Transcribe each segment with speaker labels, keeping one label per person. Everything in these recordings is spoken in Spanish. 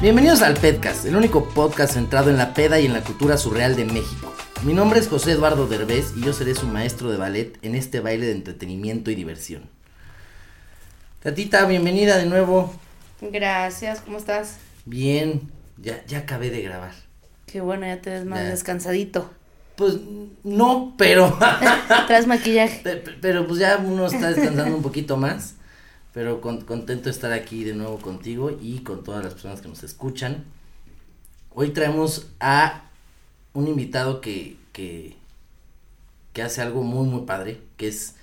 Speaker 1: Bienvenidos al Pedcast, el único podcast centrado en la peda y en la cultura surreal de México. Mi nombre es José Eduardo Derbez y yo seré su maestro de ballet en este baile de entretenimiento y diversión. Tatita, bienvenida de nuevo.
Speaker 2: Gracias, ¿cómo estás?
Speaker 1: Bien, ya, ya acabé de grabar.
Speaker 2: Qué bueno, ya te ves más
Speaker 1: Ya.
Speaker 2: descansadito.
Speaker 1: Pues no, pero.
Speaker 2: Traes maquillaje.
Speaker 1: Pe- pe- Pero pues ya uno está descansando un poquito más. Pero con- contento de estar aquí de nuevo contigo y con todas las personas que nos escuchan. Hoy traemos a un invitado que, que, que hace algo muy, muy padre, que es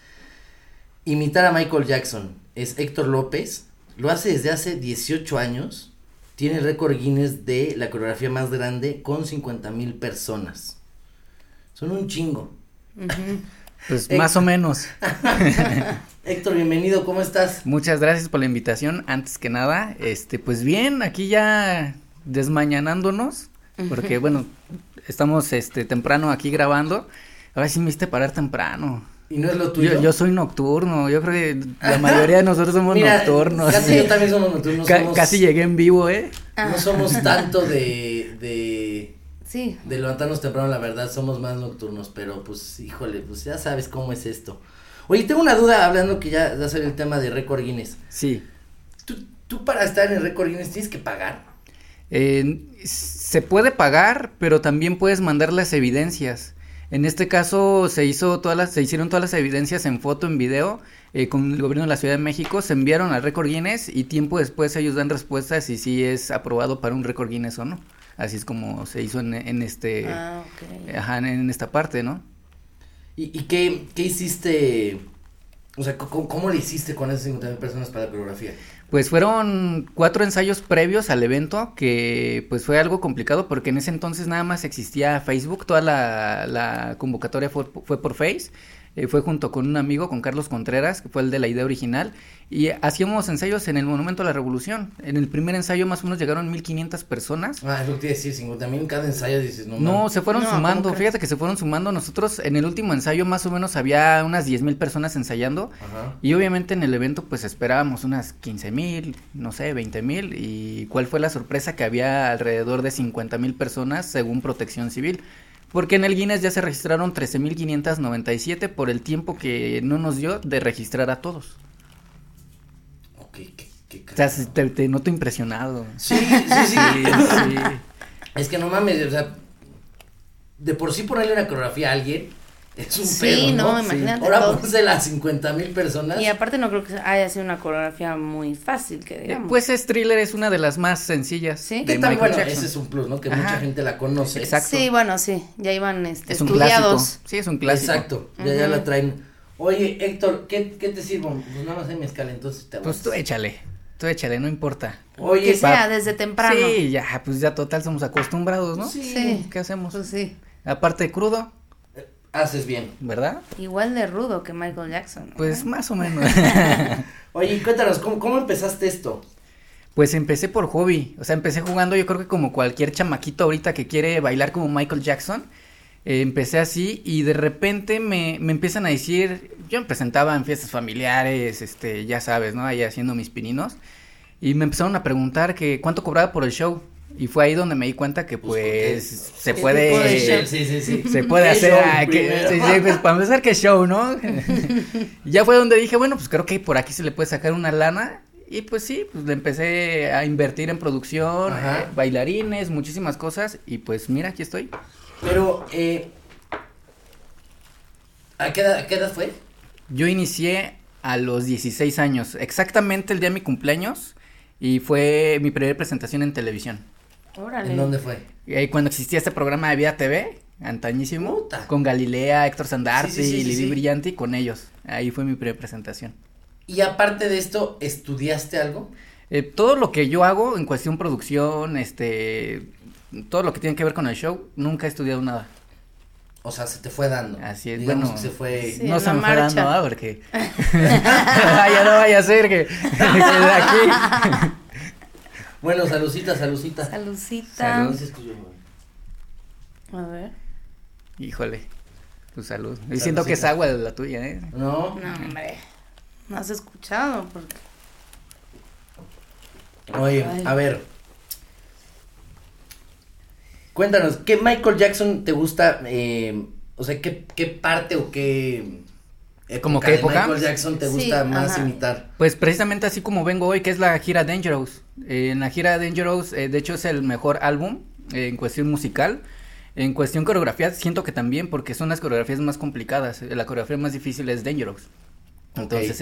Speaker 1: imitar a Michael Jackson. Es Héctor López. Lo hace desde hace 18 años. Tiene el récord Guinness de la coreografía más grande con 50 mil personas. Son un chingo.
Speaker 3: Pues
Speaker 1: Eh.
Speaker 3: más o menos.
Speaker 1: Héctor, bienvenido, ¿cómo estás?
Speaker 3: Muchas gracias por la invitación. Antes que nada, este, pues bien, aquí ya desmañanándonos, porque bueno, estamos este temprano aquí grabando. Ahora sí me hiciste parar temprano.
Speaker 1: Y no es lo tuyo.
Speaker 3: Yo, yo soy nocturno, yo creo que la mayoría de nosotros somos
Speaker 1: Mira,
Speaker 3: nocturnos.
Speaker 1: Casi yo también somos nocturnos.
Speaker 3: Ca-
Speaker 1: somos-
Speaker 3: casi llegué en vivo, ¿eh?
Speaker 1: No somos tanto de, de,
Speaker 2: Sí.
Speaker 1: de levantarnos temprano, la verdad, somos más nocturnos, pero pues, híjole, pues ya sabes cómo es esto. Oye, tengo una duda, hablando que ya va a ser el tema de récord Guinness.
Speaker 3: Sí.
Speaker 1: ¿Tú, tú para estar en el récord Guinness tienes que pagar.
Speaker 3: Eh, se puede pagar, pero también puedes mandar las evidencias. En este caso se hizo todas las, se hicieron todas las evidencias en foto, en video, eh, con el gobierno de la Ciudad de México, se enviaron al récord Guinness y tiempo después ellos dan respuestas si sí es aprobado para un récord Guinness o no. Así es como se hizo en, en este,
Speaker 2: Ah, ok.
Speaker 3: ajá, en, en esta parte, ¿no?
Speaker 1: ¿Y, y qué, qué hiciste? O sea, co- co- ¿cómo, le hiciste con esas 50 mil personas para la coreografía?
Speaker 3: Pues fueron cuatro ensayos previos al evento que pues fue algo complicado porque en ese entonces nada más existía Facebook, toda la, la convocatoria fue, fue por Face, eh, fue junto con un amigo, con Carlos Contreras, que fue el de la idea original, y hacíamos ensayos en el Monumento a la Revolución. En el primer ensayo más o menos llegaron 1500 personas.
Speaker 1: Ah, es lo que te iba a decir, 50 mil en cada ensayo dices, no,
Speaker 3: No,
Speaker 1: mames.
Speaker 3: se fueron
Speaker 2: No, ¿cómo
Speaker 3: sumando,
Speaker 2: crees?
Speaker 3: fíjate que se fueron sumando. Nosotros en el último ensayo más o menos había unas 10.000 personas ensayando.
Speaker 1: Ajá.
Speaker 3: Y obviamente en el evento pues esperábamos unas 15 mil, no sé, 20 mil y cuál fue la sorpresa que había alrededor de 50 mil personas según protección civil. Porque en el Guinness ya se registraron 13.597 por el tiempo que no nos dio de registrar a todos.
Speaker 1: Ok, qué, qué
Speaker 3: O sea, se- te, te noto impresionado.
Speaker 1: Sí, sí, sí.
Speaker 3: sí.
Speaker 1: Es que no mames, o sea, de por sí ponerle una coreografía a alguien es un
Speaker 2: Sí,
Speaker 1: pedo, ¿no?
Speaker 2: no, imagínate
Speaker 1: Ahora
Speaker 2: todo.
Speaker 1: pónsela a 50 mil personas.
Speaker 2: Y aparte no creo que haya sido una coreografía muy fácil, que
Speaker 3: Eh,
Speaker 2: digamos.
Speaker 3: Pues es thriller, es una de las más sencillas.
Speaker 2: Sí.
Speaker 1: ¿Qué
Speaker 3: de
Speaker 1: tal?
Speaker 3: Michael
Speaker 1: Bueno,
Speaker 3: Jackson.
Speaker 1: ese es un plus, ¿no? Que
Speaker 3: Ajá.
Speaker 1: mucha gente la conoce.
Speaker 3: Exacto.
Speaker 2: Sí, bueno, sí, ya iban este,
Speaker 3: Es un clásico.
Speaker 2: estudiados.
Speaker 3: Sí, es un clásico.
Speaker 1: Exacto, ya, ya la traen. Oye, Héctor, ¿qué, qué te sirvo? Pues nada más hay mezcal, entonces te
Speaker 3: Pues
Speaker 1: aguantas.
Speaker 3: tú échale, tú échale, no importa.
Speaker 1: Oye,
Speaker 2: Que sea
Speaker 3: va-
Speaker 2: desde temprano.
Speaker 3: Sí, ya, pues ya total somos acostumbrados, ¿no?
Speaker 2: Sí.
Speaker 3: ¿Qué hacemos?
Speaker 2: Pues sí,
Speaker 3: Aparte de crudo,
Speaker 1: haces bien.
Speaker 3: ¿verdad?
Speaker 2: igual de rudo que Michael Jackson. ¿no?
Speaker 3: Pues más o menos.
Speaker 1: Oye, cuéntanos, ¿cómo, cómo empezaste esto?
Speaker 3: pues empecé por hobby. O sea, empecé jugando, yo creo que como cualquier chamaquito ahorita que quiere bailar como Michael Jackson. eh, empecé así y de repente me, me empiezan a decir, yo me presentaba en fiestas familiares, este, ya sabes, ¿no? Ahí haciendo mis pininos. Y me empezaron a preguntar que cuánto cobraba por el show. Y fue ahí donde me di cuenta que
Speaker 1: Pues,
Speaker 3: pues
Speaker 1: porque-
Speaker 3: se
Speaker 2: ¿Qué
Speaker 3: puede
Speaker 2: tipo de show?
Speaker 1: Sí, sí, sí.
Speaker 3: se puede
Speaker 1: ¿Qué
Speaker 3: hacer
Speaker 1: show
Speaker 3: ah, que-
Speaker 1: primero?
Speaker 3: sí, sí, pues, para empezar que show, ¿no? ya fue donde dije, bueno, pues creo que por aquí se le puede sacar una lana y pues sí, pues le empecé a invertir en producción,
Speaker 1: Ajá.
Speaker 3: eh, bailarines, muchísimas cosas y pues mira, aquí estoy.
Speaker 1: Pero, eh, ¿a qué edad, a qué edad fue?
Speaker 3: Yo inicié a los 16 años, exactamente el día de mi cumpleaños y fue mi primera presentación en televisión.
Speaker 2: Órale.
Speaker 1: ¿En dónde fue?
Speaker 3: Y ahí cuando existía este programa de Vida TV, antañísimo,
Speaker 1: Puta.
Speaker 3: con Galilea, Héctor Sandarti,
Speaker 1: Sí, sí, sí, sí,
Speaker 3: Lili
Speaker 1: sí.
Speaker 3: Brillanti, con ellos. Ahí fue mi primera presentación.
Speaker 1: Y aparte de esto, ¿estudiaste algo?
Speaker 3: Eh, todo lo que yo hago en cuestión producción, este, todo lo que tiene que ver con el show, nunca he estudiado nada.
Speaker 1: O sea, se te fue dando.
Speaker 3: Así es,
Speaker 1: Digamos
Speaker 3: bueno.
Speaker 1: que se fue.
Speaker 2: Sí,
Speaker 3: no
Speaker 2: en
Speaker 3: se
Speaker 2: la
Speaker 3: me fue dando,
Speaker 2: marcha.
Speaker 3: ¿verdad? Porque vaya, no vaya a ser que, que de aquí.
Speaker 1: Bueno, salucita, salucita.
Speaker 2: Salucita.
Speaker 3: Salud.
Speaker 1: Dices que yo-
Speaker 2: A ver.
Speaker 3: Híjole, tu salud. Y siento que es
Speaker 1: Saludcita.
Speaker 3: agua de la tuya, ¿eh?
Speaker 1: No,
Speaker 2: No, hombre. No has escuchado porque
Speaker 1: oye,
Speaker 2: Ay.
Speaker 1: a ver. Cuéntanos, ¿qué Michael Jackson te gusta? eh, o sea, ¿qué, qué parte o qué.
Speaker 3: ¿Cómo qué
Speaker 1: de
Speaker 3: época?
Speaker 1: Michael Jackson te
Speaker 2: Sí,
Speaker 1: gusta más
Speaker 2: ajá.
Speaker 1: imitar?
Speaker 3: Pues precisamente así como vengo hoy, que es la gira Dangerous. Eh, en la gira Dangerous, eh, de hecho, es el mejor álbum eh, en cuestión musical. En cuestión coreografía, siento que también, porque son las coreografías más complicadas. Eh, La coreografía más difícil es Dangerous. Entonces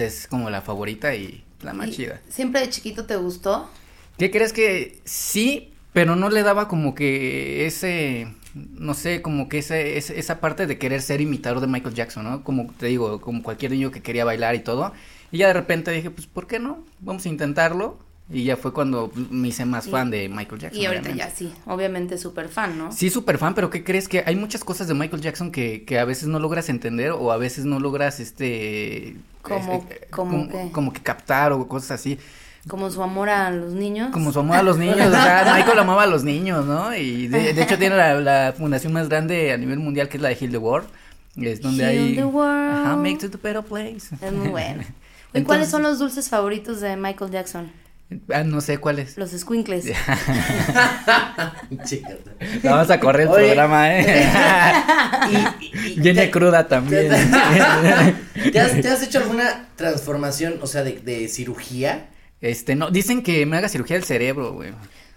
Speaker 1: Ok.
Speaker 3: es como la favorita y la más
Speaker 2: ¿Y
Speaker 3: chida.
Speaker 2: siempre de chiquito te gustó.
Speaker 3: ¿Qué crees que sí, pero no le daba como que ese, no sé, como que ese, ese- esa parte de querer ser imitador de Michael Jackson, ¿no? Como te digo, como cualquier niño que quería bailar y todo. Y ya de repente dije, pues, ¿por qué no? Vamos a intentarlo. Y ya fue cuando me hice más
Speaker 2: Y-
Speaker 3: fan de Michael Jackson.
Speaker 2: y ahorita
Speaker 3: obviamente.
Speaker 2: ya sí, obviamente súper fan, ¿no?
Speaker 3: Sí, súper fan, pero ¿qué crees? Que hay muchas cosas de Michael Jackson que, que a veces no logras entender o a veces no logras, este...
Speaker 2: ¿Cómo-
Speaker 3: eh,
Speaker 2: cómo qué?
Speaker 3: como, como que captar o cosas así.
Speaker 2: Como su amor a los niños.
Speaker 3: Como su amor a los niños, o sea, Michael amaba a los niños, ¿no? Y de, de hecho tiene la, la fundación más grande a nivel mundial que es la de Heal the World. Es donde
Speaker 2: Heal
Speaker 3: hay...
Speaker 2: the world.
Speaker 3: Ajá, make it a better place.
Speaker 2: Es muy bueno. ¿Y
Speaker 3: Entonces-
Speaker 2: cuáles son los dulces favoritos de Michael Jackson?
Speaker 3: Ah, no sé cuál es.
Speaker 2: Los squinkles.
Speaker 1: Chica.
Speaker 3: Vamos a correr el
Speaker 1: Oye.
Speaker 3: programa, ¿eh? Viene cruda también.
Speaker 1: ¿Te has, te has hecho alguna transformación, o sea, de, de cirugía?
Speaker 3: Este, no, dicen que me haga cirugía del cerebro, güey.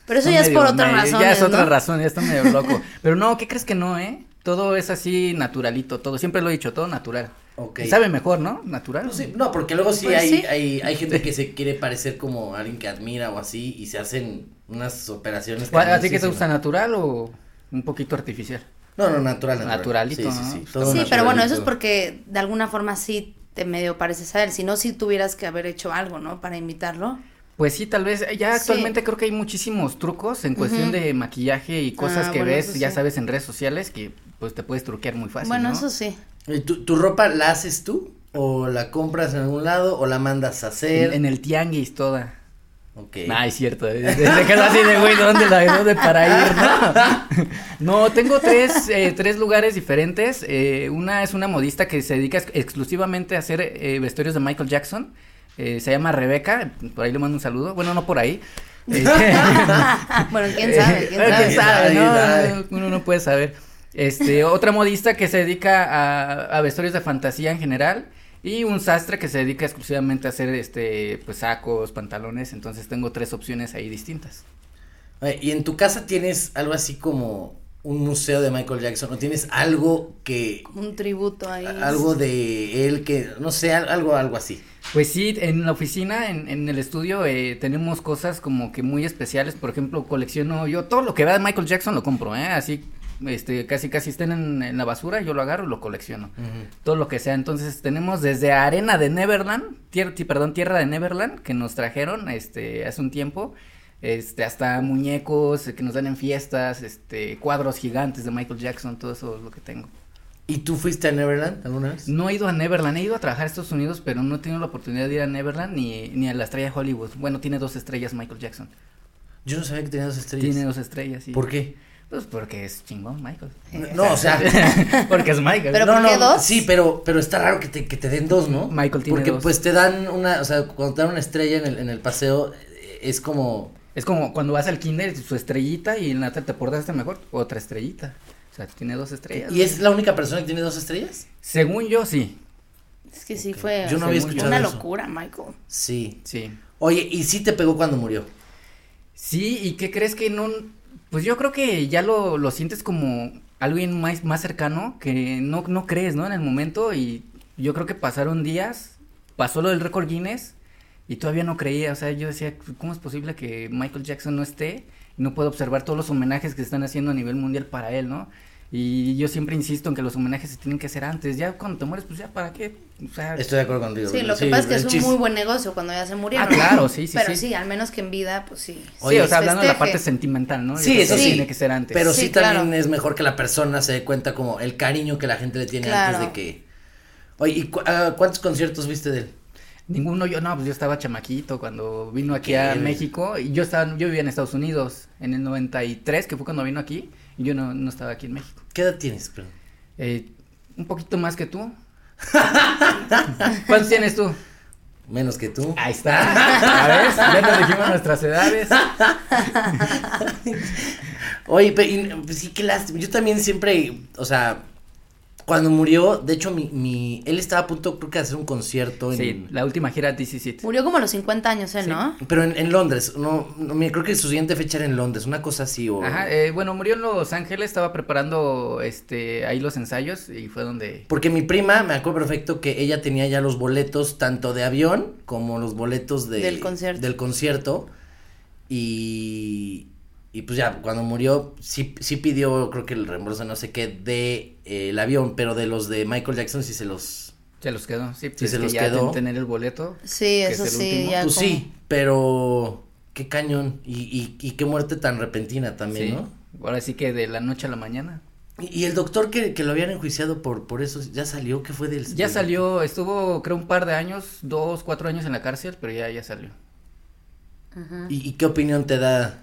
Speaker 2: Pero eso
Speaker 3: Está
Speaker 2: ya es por
Speaker 3: medio-
Speaker 2: otra
Speaker 3: medio-
Speaker 2: razón.
Speaker 3: Ya es otra razón, ya está medio loco. Pero no, ¿qué crees que no, eh? Todo es así naturalito, todo. Siempre lo he dicho, todo natural.
Speaker 1: Ok.
Speaker 3: Y Sabe mejor, ¿no? Natural.
Speaker 1: No, sí, no, porque luego sí,
Speaker 2: Pues
Speaker 1: hay,
Speaker 2: sí.
Speaker 1: Hay, hay gente que se quiere parecer como a alguien que admira o así y se hacen unas operaciones.
Speaker 3: ¿Cuál- ¿A ti que te
Speaker 1: cañoncísimas.
Speaker 3: gusta natural o un poquito artificial?
Speaker 1: No, no, natural. natural.
Speaker 3: Naturalito,
Speaker 1: Sí, sí,
Speaker 3: ¿no?
Speaker 1: sí.
Speaker 3: Sí,
Speaker 1: todo
Speaker 2: Sí, pero bueno,
Speaker 1: naturalito.
Speaker 2: eso es porque de alguna forma sí te medio pareces a él. Si no, sí tuvieras que haber hecho algo, ¿no? Para imitarlo.
Speaker 3: Pues sí, tal vez. Ya
Speaker 2: Sí.
Speaker 3: actualmente creo que hay muchísimos trucos en cuestión de maquillaje y cosas
Speaker 2: Ah,
Speaker 3: que
Speaker 2: bueno,
Speaker 3: ves,
Speaker 2: eso
Speaker 3: ya
Speaker 2: sí.
Speaker 3: sabes, en redes sociales que pues te puedes truquear muy fácil.
Speaker 2: bueno,
Speaker 3: ¿no?
Speaker 2: eso sí.
Speaker 1: ¿Y tu, tu ropa la haces tú? ¿O la compras en algún lado? ¿O la mandas a hacer?
Speaker 3: En, en el tianguis toda.
Speaker 1: Ok.
Speaker 3: Ah, es cierto. eh, Desde que es así de güey, ¿dónde la dónde para ir? No, No, tengo tres, eh, tres lugares diferentes. Eh, una es una modista que se dedica ex- exclusivamente a hacer eh, vestorios de Michael Jackson. Eh, se llama Rebeca. Por ahí le mando un saludo. Bueno, no por ahí. Eh,
Speaker 2: bueno, quién sabe, quién
Speaker 3: Eh,
Speaker 2: sabe.
Speaker 3: ¿quién sabe,
Speaker 1: Nadie
Speaker 3: no?
Speaker 1: sabe.
Speaker 3: Uno no puede saber. Este, otra modista que se dedica a, a vestuarios de fantasía en general y un sastre que se dedica exclusivamente a hacer este pues sacos, pantalones, entonces tengo tres opciones ahí distintas.
Speaker 1: Oye, ¿Y en tu casa tienes algo así como un museo de Michael Jackson? ¿O tienes algo que...
Speaker 2: Un tributo ahí.
Speaker 1: Algo de él que... No sé, al- algo, algo así.
Speaker 3: Pues sí, en la oficina, en, en el estudio, eh, tenemos cosas como que muy especiales. Por ejemplo, colecciono yo todo lo que vea de Michael Jackson lo compro, ¿eh? Así, este, casi, casi estén en, en la basura, yo lo agarro y lo colecciono. Todo lo que sea. Entonces, tenemos desde Arena de Neverland, tier- ti- perdón, Tierra de Neverland, que nos trajeron este, hace un tiempo. Este, hasta muñecos eh, que nos dan en fiestas, este, cuadros gigantes de Michael Jackson, todo eso es lo que tengo.
Speaker 1: ¿Y tú fuiste a Neverland alguna vez?
Speaker 3: No he ido a Neverland, he ido a trabajar a Estados Unidos, pero no he tenido la oportunidad de ir a Neverland ni, ni a la estrella de Hollywood. Bueno, tiene dos estrellas Michael Jackson.
Speaker 1: Yo no sabía que tenía dos estrellas.
Speaker 3: Tiene dos estrellas, sí.
Speaker 1: ¿Por qué?
Speaker 3: Pues porque es chingón, Michael.
Speaker 1: No, o sea...
Speaker 3: porque es Michael.
Speaker 2: Pero-
Speaker 3: No,
Speaker 2: por qué dos?
Speaker 1: Sí, pero, pero está raro que te, que te den dos, ¿no?
Speaker 3: Michael tiene
Speaker 1: Porque
Speaker 3: dos.
Speaker 1: pues te dan una, o sea, cuando te dan una estrella en el, en el paseo, eh, es como...
Speaker 3: Es como cuando vas al kinder, su estrellita y en la otra te portaste mejor, otra estrellita. O sea, tiene dos estrellas.
Speaker 1: ¿Y es la única persona que tiene dos estrellas?
Speaker 3: Según yo, sí.
Speaker 2: Es que sí fue
Speaker 1: Yo no había
Speaker 3: Según yo.
Speaker 1: escuchado
Speaker 2: una
Speaker 1: eso.
Speaker 2: locura, Michael.
Speaker 1: Sí.
Speaker 3: Sí.
Speaker 1: Oye, ¿y sí te pegó cuando murió?
Speaker 3: Sí, ¿y qué crees que no? Pues yo creo que ya lo, lo sientes como alguien más, más cercano que no, no crees, ¿no? En el momento y yo creo que pasaron días, pasó lo del récord Guinness y todavía no creía, o sea, yo decía, ¿cómo es posible que Michael Jackson no esté? No puedo observar todos los homenajes que se están haciendo a nivel mundial para él, ¿no? Y yo siempre insisto en que los homenajes se tienen que hacer antes, ya cuando te mueres, pues ya, ¿para qué? O sea,
Speaker 1: Estoy de acuerdo contigo.
Speaker 2: Sí, lo que pasa es que
Speaker 1: el
Speaker 2: es un
Speaker 1: chiste-
Speaker 2: muy buen negocio cuando ya se murieron.
Speaker 3: Ah, claro, sí, sí,
Speaker 2: Pero
Speaker 3: sí.
Speaker 2: sí. al menos que en vida, pues sí.
Speaker 3: Oye,
Speaker 2: se
Speaker 3: o sea, hablando de la
Speaker 2: festeje.
Speaker 3: parte sentimental, ¿no? Yo
Speaker 1: Sí,
Speaker 3: creo
Speaker 1: eso
Speaker 3: que
Speaker 1: sí.
Speaker 3: Tiene que ser antes.
Speaker 1: Pero sí,
Speaker 2: Sí,
Speaker 1: también
Speaker 2: claro.
Speaker 1: es mejor que la persona se dé cuenta como el cariño que la gente le tiene antes
Speaker 2: Claro.
Speaker 1: de que... Oye, ¿y cu- ah, cuántos conciertos viste de él?
Speaker 3: Ninguno, yo no, pues yo estaba chamaquito cuando vino aquí
Speaker 1: ¿Qué
Speaker 3: a
Speaker 1: eres?
Speaker 3: México y yo estaba, yo vivía en Estados Unidos en el 93, que fue cuando vino aquí, y yo no, no estaba aquí en México.
Speaker 1: ¿Qué edad tienes? Perdón.
Speaker 3: Eh, un poquito más que tú. ¿Cuántos tienes tú?
Speaker 1: Menos que tú.
Speaker 3: Ahí está. A ver, ya nos dijimos nuestras edades.
Speaker 1: Oye, pero y- pues sí, qué lástima. Yo también siempre, o sea, cuando murió, de hecho, mi, mi, él estaba a punto, creo que, de hacer un concierto en...
Speaker 3: Sí, la última gira This Is It.
Speaker 2: Murió como a los 50 años él, ¿no?
Speaker 1: Pero en, en Londres, no, no, mira, creo que su siguiente fecha era en Londres, una cosa así o...
Speaker 3: Ajá, eh, bueno, murió en Los Ángeles, estaba preparando este ahí los ensayos y fue donde
Speaker 1: Porque mi prima, me acuerdo perfecto que ella tenía ya los boletos tanto de avión como los boletos de-
Speaker 2: Del concierto.
Speaker 1: del concierto. Y, y pues ya, cuando murió, sí, sí pidió, creo que el reembolso, no sé qué, de eh, el avión, pero de los de Michael Jackson sí se los...
Speaker 3: se los quedó. Sí, pues
Speaker 1: se
Speaker 3: es que
Speaker 1: los
Speaker 3: ya de
Speaker 1: quedó.
Speaker 3: tener el boleto.
Speaker 2: Sí,
Speaker 3: es
Speaker 2: eso
Speaker 3: el
Speaker 2: sí.
Speaker 3: último.
Speaker 2: Ya
Speaker 1: Pues
Speaker 2: como-
Speaker 1: sí, pero qué cañón. Y, y, y qué muerte tan repentina también,
Speaker 3: Sí.
Speaker 1: ¿no?
Speaker 3: Ahora sí que de la noche a la mañana.
Speaker 1: Y, y el doctor que, que lo habían enjuiciado por, por eso, ¿ya salió? ¿Qué fue del...?
Speaker 3: Ya
Speaker 1: del-
Speaker 3: salió, estuvo creo un par de años, dos, cuatro años en la cárcel, pero ya, ya salió.
Speaker 1: ¿Y, y qué opinión te da?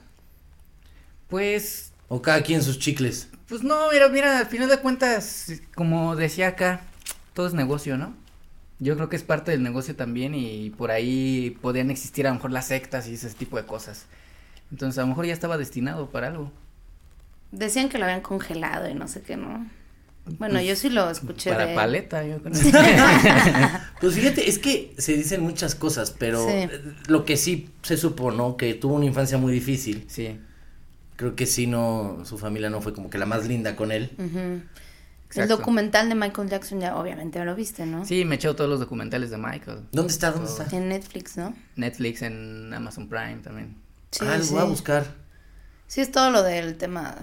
Speaker 3: Pues,
Speaker 1: O cada quien sus chicles.
Speaker 3: pues no, mira, mira, al final de cuentas, como decía acá, todo es negocio, ¿no? Yo creo que es parte del negocio también y por ahí podían existir a lo mejor las sectas y ese tipo de cosas. Entonces a lo mejor ya estaba destinado para algo.
Speaker 2: Decían que lo habían congelado y no sé qué, ¿no? Bueno, yo sí lo escuché.
Speaker 3: Pues para
Speaker 2: de-
Speaker 3: paleta, yo creo.
Speaker 1: Pues fíjate, es que se dicen muchas cosas, pero
Speaker 2: Sí.
Speaker 1: eh, lo que sí se supo, ¿no? Que tuvo una infancia muy difícil.
Speaker 3: sí.
Speaker 1: Creo que sí, no, su familia no fue como que la más linda con él.
Speaker 2: Ujú. El
Speaker 3: Exacto.
Speaker 2: documental de Michael Jackson ya obviamente lo viste, ¿no?
Speaker 3: Sí, me he echado todos los documentales de Michael.
Speaker 1: ¿Dónde está? ¿Dónde está?
Speaker 2: En Netflix, ¿no?
Speaker 3: Netflix en Amazon Prime también.
Speaker 2: Sí,
Speaker 1: ah, los
Speaker 2: sí.
Speaker 1: voy a buscar.
Speaker 2: Sí, es todo lo del tema,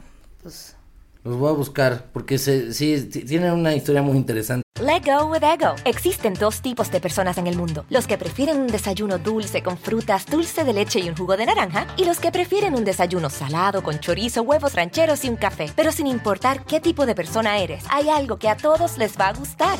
Speaker 2: pues...
Speaker 1: Los voy a buscar, porque se, sí, t- tienen una historia muy interesante.
Speaker 4: Let go with ego. Existen dos tipos de personas en el mundo: los que prefieren un desayuno dulce con frutas, dulce de leche y un jugo de naranja, y los que prefieren un desayuno salado con chorizo, huevos rancheros y un café. Pero sin importar qué tipo de persona eres, hay algo que a todos les va a gustar.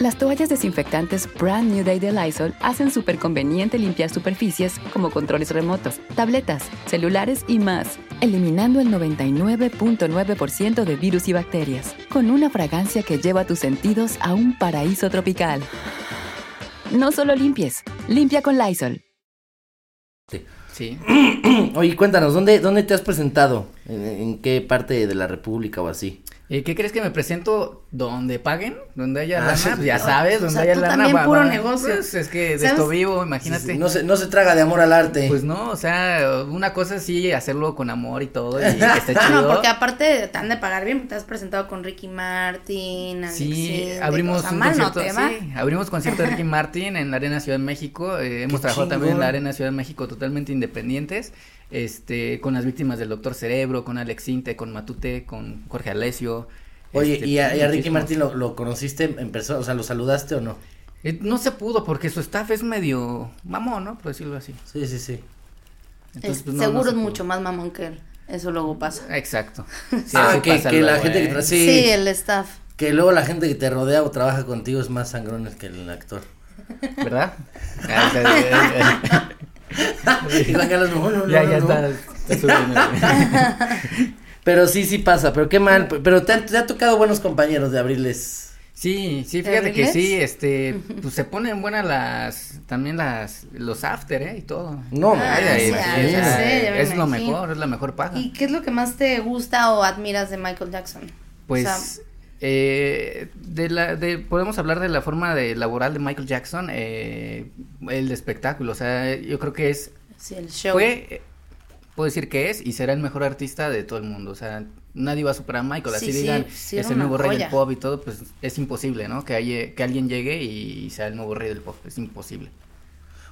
Speaker 5: Las toallas desinfectantes Brand New Day de Lysol hacen súper conveniente limpiar superficies como controles remotos, tabletas, celulares y más, eliminando el 99.9% de virus y bacterias, con una fragancia que lleva tus sentidos a un paraíso tropical. No solo limpies, limpia con Lysol.
Speaker 3: Sí.
Speaker 1: Oye, cuéntanos, ¿dónde, dónde te has presentado? ¿En, en qué parte de la República o así?
Speaker 3: ¿Y Eh, qué crees que me presento? ¿Donde paguen? ¿Donde haya
Speaker 1: Ah,
Speaker 3: lana?
Speaker 1: sí, sí.
Speaker 3: ya sabes,
Speaker 2: O
Speaker 3: donde
Speaker 2: sea,
Speaker 3: haya
Speaker 2: tú
Speaker 3: lana.
Speaker 2: también
Speaker 3: va-
Speaker 2: puro
Speaker 3: va.
Speaker 2: negocio.
Speaker 3: Pues, es que de
Speaker 2: ¿Sabes?
Speaker 3: esto vivo, imagínate.
Speaker 1: No se, no se traga de amor al arte.
Speaker 3: Pues no, o sea, una cosa es sí hacerlo con amor y todo, y que esté chido.
Speaker 2: No, porque aparte de- te han de pagar bien, te has presentado con Ricky Martin, Alex
Speaker 3: Sí,
Speaker 2: Sintek, o
Speaker 3: abrimos
Speaker 2: sea,
Speaker 3: un
Speaker 2: mal no
Speaker 3: concierto,
Speaker 2: te va.
Speaker 3: sí, abrimos concierto de Ricky Martin en la Arena Ciudad de México, eh, hemos
Speaker 1: Qué
Speaker 3: trabajado también en la
Speaker 1: chingón.
Speaker 3: Arena Ciudad de México totalmente independientes, este, con las víctimas del Doctor Cerebro, con Alex Inte, con Matute, con Jorge Alesio.
Speaker 1: Oye,
Speaker 3: este,
Speaker 1: ¿y a, y a Ricky
Speaker 3: muchísimos.
Speaker 1: Martin lo, lo conociste en persona? O sea, ¿lo saludaste o no?
Speaker 3: Eh, No se pudo porque su staff es medio mamón, ¿no? Por decirlo así.
Speaker 1: Sí, sí, sí.
Speaker 3: Entonces,
Speaker 2: Es-
Speaker 3: pues, no, no
Speaker 2: seguro
Speaker 3: se
Speaker 2: es
Speaker 3: pudo.
Speaker 2: mucho más mamón que él. Eso luego pasa.
Speaker 3: Exacto. Sí,
Speaker 1: Ah,
Speaker 3: eso
Speaker 1: que-
Speaker 3: pasa
Speaker 1: que la
Speaker 3: luego,
Speaker 1: gente que
Speaker 3: ¿eh?
Speaker 1: tra-
Speaker 2: Sí,
Speaker 1: sí,
Speaker 2: el staff.
Speaker 1: Que luego la gente que te rodea o trabaja contigo es más sangrona que el actor.
Speaker 3: ¿Verdad? Ah, ya, ya, ya, ya.
Speaker 1: Y la cara es, no, no, no,
Speaker 3: Ya,
Speaker 1: no,
Speaker 3: ya
Speaker 1: no.
Speaker 3: está, está subiendo.
Speaker 1: Pero sí, sí pasa, pero qué mal. pe- Pero te, han- te ha tocado buenos compañeros de abrirles.
Speaker 3: Sí, sí, fíjate que
Speaker 2: ¿Terribles?
Speaker 3: sí, este, pues se ponen buenas las, también las, los after, ¿eh? Y todo.
Speaker 1: No,
Speaker 2: Ah,
Speaker 3: Ay, ay,
Speaker 2: sí,
Speaker 3: ay,
Speaker 2: ya
Speaker 3: o sea,
Speaker 2: sé, ya me
Speaker 3: es lo
Speaker 2: imagino.
Speaker 3: mejor, es la mejor paga.
Speaker 2: ¿Y qué es lo que más te gusta o admiras de Michael Jackson?
Speaker 3: Pues,
Speaker 2: O sea,
Speaker 3: eh, de la, de, podemos hablar de la forma de laboral de Michael Jackson, eh, el espectáculo, o sea, yo creo que es,
Speaker 2: sí, el show.
Speaker 3: fue, eh, puedo decir que es y será el mejor artista de todo el mundo, o sea, nadie va a superar a Michael,
Speaker 2: Sí,
Speaker 3: así
Speaker 2: sí,
Speaker 3: digan,
Speaker 2: sí, era
Speaker 3: es el
Speaker 2: una
Speaker 3: nuevo rey del
Speaker 2: joya.
Speaker 3: pop y todo, pues es imposible, ¿no? Que, haya- que alguien llegue y sea el nuevo rey del pop, es imposible.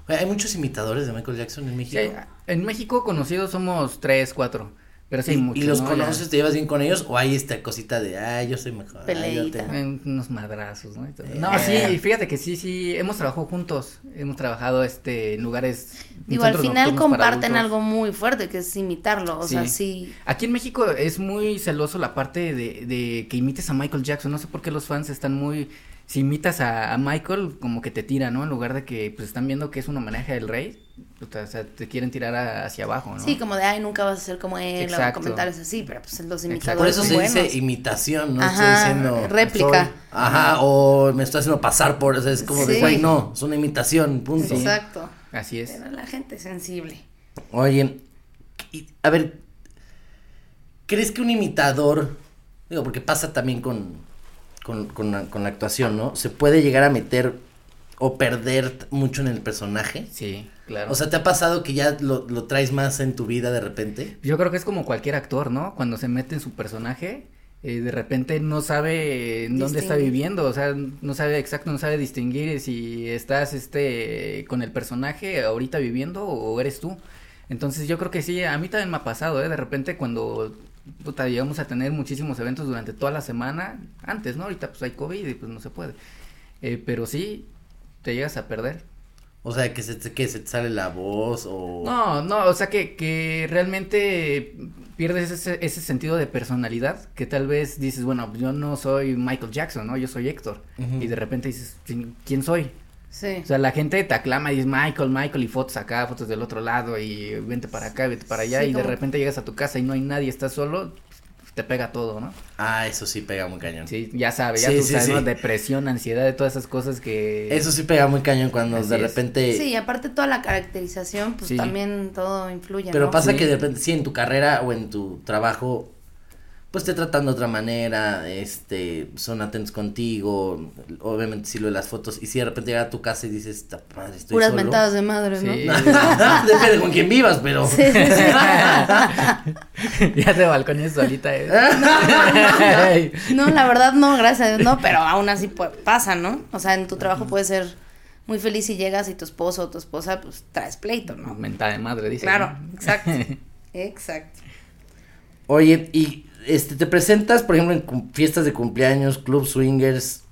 Speaker 1: Oye, hay muchos imitadores de Michael Jackson en México.
Speaker 3: Sí, en México conocidos somos tres, cuatro, pero sí,
Speaker 1: y,
Speaker 3: hay muchos,
Speaker 1: y los
Speaker 3: ¿no? Ya-
Speaker 1: conoces, te llevas bien con ellos, o hay esta cosita de, ay, yo soy mejor. ay, yo
Speaker 2: Peleita.
Speaker 1: te-
Speaker 3: Eh, Unos madrazos, ¿no? Y todo.
Speaker 1: Eh.
Speaker 3: No, sí, fíjate que sí, sí, hemos trabajado juntos, hemos trabajado este, en lugares... en
Speaker 2: Digo, al
Speaker 3: centros
Speaker 2: final
Speaker 3: nocturnos para
Speaker 2: comparten
Speaker 3: adultos.
Speaker 2: algo muy fuerte, que es imitarlo. O sea,
Speaker 3: Sí.
Speaker 2: sí.
Speaker 3: Aquí en México es muy celoso la parte de, de que imites a Michael Jackson, no sé por qué los fans están muy... Si imitas a, a Michael, como que te tira, ¿no? En lugar de que pues están viendo que es un homenaje del rey, puta, o sea, te quieren tirar a- hacia abajo, ¿no?
Speaker 2: Sí, como de, ay, nunca vas a ser como él, o
Speaker 3: Exacto.
Speaker 2: comentarios así, pero pues los
Speaker 3: Exacto.
Speaker 1: Por
Speaker 2: imitadores
Speaker 1: eso se
Speaker 2: son buenos.
Speaker 1: dice imitación, no
Speaker 2: Ajá,
Speaker 1: estoy diciendo.
Speaker 2: réplica.
Speaker 1: soy- ajá, o me estoy haciendo pasar por. O sea, es como de,
Speaker 2: Sí.
Speaker 1: güey, no, es una imitación, punto.
Speaker 2: Exacto.
Speaker 3: Así es.
Speaker 2: Pero la gente es sensible.
Speaker 1: Oye, y- a ver, ¿crees que un imitador, digo, porque pasa también con, con, con la, con la actuación, ¿no? ¿Se puede llegar a meter o perder t- mucho en el personaje?
Speaker 3: Sí, claro.
Speaker 1: O sea, ¿te ha pasado que ya lo, lo traes más en tu vida de repente?
Speaker 3: Yo creo que es como cualquier actor, ¿no? Cuando se mete en su personaje, eh, de repente no sabe en dónde está
Speaker 2: Distinguir.
Speaker 3: viviendo, o sea, no sabe exacto, no sabe distinguir si estás este con el personaje ahorita viviendo o eres tú. Entonces yo creo que sí, a mí también me ha pasado, ¿eh? De repente cuando puta, llegamos a tener muchísimos eventos durante toda la semana, antes, ¿no? Ahorita pues hay COVID y pues no se puede. Eh, pero sí, te llegas a perder.
Speaker 1: O sea, que se, te- que se te sale la voz o...
Speaker 3: No, no, o sea que, que realmente pierdes ese, ese sentido de personalidad que tal vez dices, bueno, yo no soy Michael Jackson, ¿no? Yo soy Héctor. Y de repente dices, "¿Quién- ¿quién soy?
Speaker 2: Sí.
Speaker 3: O sea, la gente te aclama y dices, Michael, Michael, y fotos acá, fotos del otro lado, y vente para acá, vente para allá,
Speaker 2: Sí,
Speaker 3: y de
Speaker 2: como-
Speaker 3: repente llegas a tu casa y no hay nadie, estás solo, te pega todo, ¿no?
Speaker 1: Ah, eso sí pega muy cañón.
Speaker 3: Sí, ya sabes, ya
Speaker 1: Sí,
Speaker 3: tú
Speaker 1: sí,
Speaker 3: sabes,
Speaker 1: sí.
Speaker 3: ¿no? Depresión, ansiedad, todas esas cosas que...
Speaker 1: Eso sí pega muy cañón cuando
Speaker 3: Así
Speaker 1: de
Speaker 3: es.
Speaker 1: repente...
Speaker 2: Sí, y aparte toda la caracterización, pues
Speaker 3: Sí.
Speaker 2: también todo influye.
Speaker 1: Pero
Speaker 2: ¿no?
Speaker 1: pasa
Speaker 3: Sí.
Speaker 1: que de repente, sí, en tu carrera o en tu trabajo, pues te tratan de otra manera, este, son atentos contigo, obviamente sí lo de las fotos, y si de repente llega a tu casa y dices, "Ta madre, estoy
Speaker 2: Puras
Speaker 1: solo".
Speaker 2: mentadas de madre, ¿no?
Speaker 3: Sí.
Speaker 1: Depende de con quién vivas, pero...
Speaker 2: Sí, sí, sí.
Speaker 3: ya te balcones solita, ¿eh? Ey.
Speaker 2: No, la verdad no, gracias a Dios, no, pero aún así pues, pasa, ¿no? O sea, en tu trabajo puedes ser muy feliz si llegas y tu esposo o tu esposa, pues traes pleito, ¿no?
Speaker 3: Mentada de madre, dice.
Speaker 2: Claro, exacto. Exacto.
Speaker 1: Oye, y este, te presentas, por ejemplo, en cum- fiestas de cumpleaños, club swingers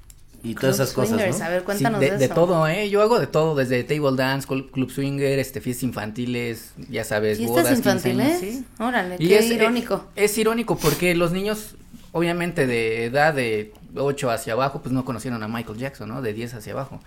Speaker 1: y todas
Speaker 2: Club
Speaker 1: esas cosas,
Speaker 2: swingers,
Speaker 1: ¿no?
Speaker 2: A ver, cuéntanos
Speaker 3: Sí,
Speaker 2: de,
Speaker 3: de, de
Speaker 2: eso.
Speaker 3: todo, ¿eh? Yo hago de todo, desde table dance, col- club swinger, este, fiestas infantiles, ya sabes,
Speaker 2: ¿Fiestas
Speaker 3: bodas, 15 años,
Speaker 2: este infantiles?
Speaker 3: sí.
Speaker 2: Órale,
Speaker 3: Y
Speaker 2: qué
Speaker 3: es- eh,
Speaker 2: irónico.
Speaker 3: Es, es irónico porque los niños, obviamente, de edad de 8 hacia abajo, pues no conocieron a Michael Jackson, ¿no? De 10 hacia abajo.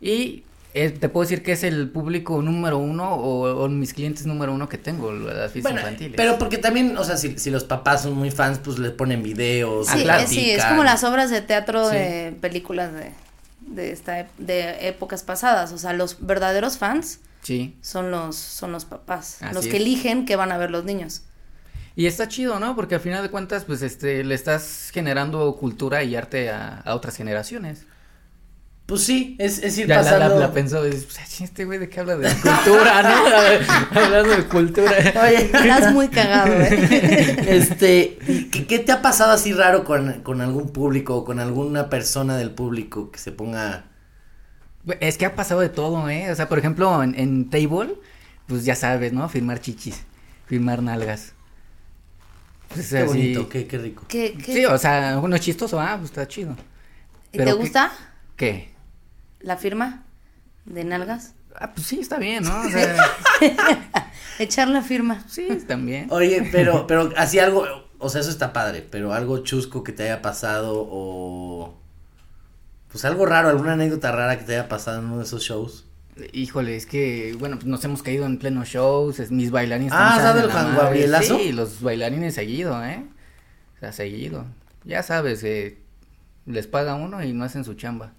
Speaker 3: Y eh, te puedo decir que es el público número uno o, o mis clientes número uno que tengo, las fiestas
Speaker 1: Bueno,
Speaker 3: infantiles.
Speaker 1: pero porque también, o sea, si, si los papás son muy fans, pues le ponen videos.
Speaker 2: Sí,
Speaker 3: claro.
Speaker 2: es, sí, es
Speaker 1: platican.
Speaker 2: como las obras de teatro
Speaker 3: pues, Sí.
Speaker 2: de películas de, de, esta, ep- de épocas pasadas. O sea, los verdaderos fans
Speaker 3: Sí.
Speaker 2: son los, son los papás,
Speaker 3: Así
Speaker 2: los
Speaker 3: es.
Speaker 2: que eligen que van a ver los niños.
Speaker 3: Y está chido, ¿no? Porque al final de cuentas, pues, este, le estás generando cultura y arte a, a otras generaciones.
Speaker 1: Pues sí, es, es ir
Speaker 3: La, la, la,
Speaker 1: pasando.
Speaker 3: la pensó, y dices, pues, "Ay, este güey de qué habla de cultura, ¿no? Hablando de cultura.
Speaker 1: Oye,
Speaker 2: Estás muy cagado, ¿eh?
Speaker 1: este, ¿qué, qué te ha pasado así raro con, con algún público o con alguna persona del público que se ponga...
Speaker 3: Es que ha pasado de todo, ¿eh? O sea, por ejemplo, en, en Table, pues ya sabes, ¿no? Firmar chichis, firmar nalgas. Pues
Speaker 1: Qué
Speaker 3: así.
Speaker 1: bonito, qué, qué rico.
Speaker 2: ¿Qué, qué?
Speaker 3: Sí, o sea, uno es chistoso, ah, pues está chido.
Speaker 2: ¿Y ¿Te
Speaker 3: pero qué-
Speaker 2: gusta
Speaker 3: ¿Qué?
Speaker 2: la firma de nalgas?
Speaker 3: Ah, pues sí, está bien, ¿no? O sea,
Speaker 2: Echar la firma.
Speaker 3: Sí, también.
Speaker 1: Oye, pero, pero así algo, o sea, eso está padre, pero algo chusco que te haya pasado o... Pues algo raro, alguna anécdota rara que te haya pasado en uno de esos shows.
Speaker 3: Híjole, es que, bueno, pues nos hemos caído en pleno shows, es- mis bailarines.
Speaker 1: Ah,
Speaker 3: también
Speaker 1: ¿sabe
Speaker 3: saben
Speaker 1: el
Speaker 3: la
Speaker 1: Juan
Speaker 3: madre.
Speaker 1: Gabrielazo?
Speaker 3: Sí, los bailarines seguido, ¿eh? O sea, seguido. Ya sabes, eh, les paga uno y no hacen su chamba.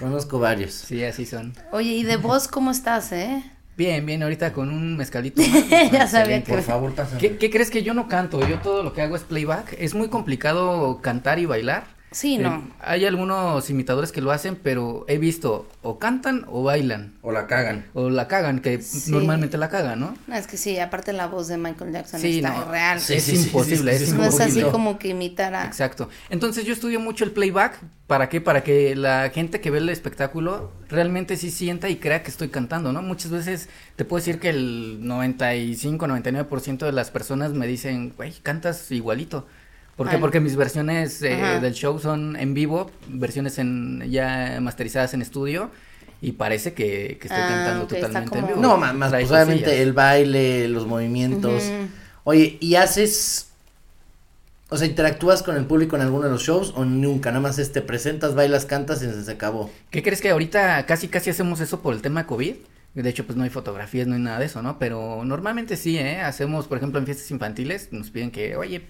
Speaker 1: Conozco varios.
Speaker 3: Sí, así son.
Speaker 2: Oye, ¿y de vos cómo estás, eh?
Speaker 3: Bien, bien, ahorita con un mezcalito. más.
Speaker 2: ya sabía
Speaker 1: Por
Speaker 2: que...
Speaker 1: favor, pásame.
Speaker 3: ¿Qué, qué crees que yo no canto? Yo todo lo que hago es playback. Es muy complicado cantar y bailar.
Speaker 2: Sí,
Speaker 3: Eh,
Speaker 2: no.
Speaker 3: hay algunos imitadores que lo hacen, pero he visto o cantan o bailan.
Speaker 1: O la cagan.
Speaker 3: O la cagan, que
Speaker 2: Sí.
Speaker 3: normalmente la cagan, ¿no?
Speaker 2: No, es que sí, aparte la voz de Michael Jackson
Speaker 3: Sí,
Speaker 2: está
Speaker 3: no.
Speaker 2: real.
Speaker 1: Sí,
Speaker 3: es
Speaker 1: sí, sí,
Speaker 3: imposible,
Speaker 1: sí, sí,
Speaker 3: es
Speaker 1: sí,
Speaker 2: no es
Speaker 3: imposible.
Speaker 2: así
Speaker 1: poquito.
Speaker 2: como que imitar a...
Speaker 3: Exacto. Entonces yo estudio mucho el playback. ¿Para qué? Para que la gente que ve el espectáculo realmente sí sienta y crea que estoy cantando, ¿no? Muchas veces te puedo decir que el 95, 99% de las personas me dicen, güey, cantas igualito. ¿Por qué?
Speaker 2: Ay.
Speaker 3: Porque mis versiones eh,
Speaker 2: Ajá.
Speaker 3: del show son en vivo, versiones en, ya masterizadas en estudio. Y parece que, que estoy
Speaker 2: Ah,
Speaker 3: cantando
Speaker 2: ok, está
Speaker 3: totalmente en
Speaker 2: como-
Speaker 3: vivo.
Speaker 1: No, ma- más,
Speaker 3: Trae
Speaker 1: pues, obviamente
Speaker 3: cosillas.
Speaker 1: el baile, los movimientos. Oye, ¿y haces, o sea, interactúas con el público en alguno de los shows o nunca? Nada más es te presentas, bailas, cantas y se acabó.
Speaker 3: ¿Qué crees que ahorita casi casi hacemos eso por el tema COVID? De hecho, pues no hay fotografías, no hay nada de eso, ¿no? Pero normalmente sí, ¿eh? Hacemos, por ejemplo, en fiestas infantiles, nos piden que, oye,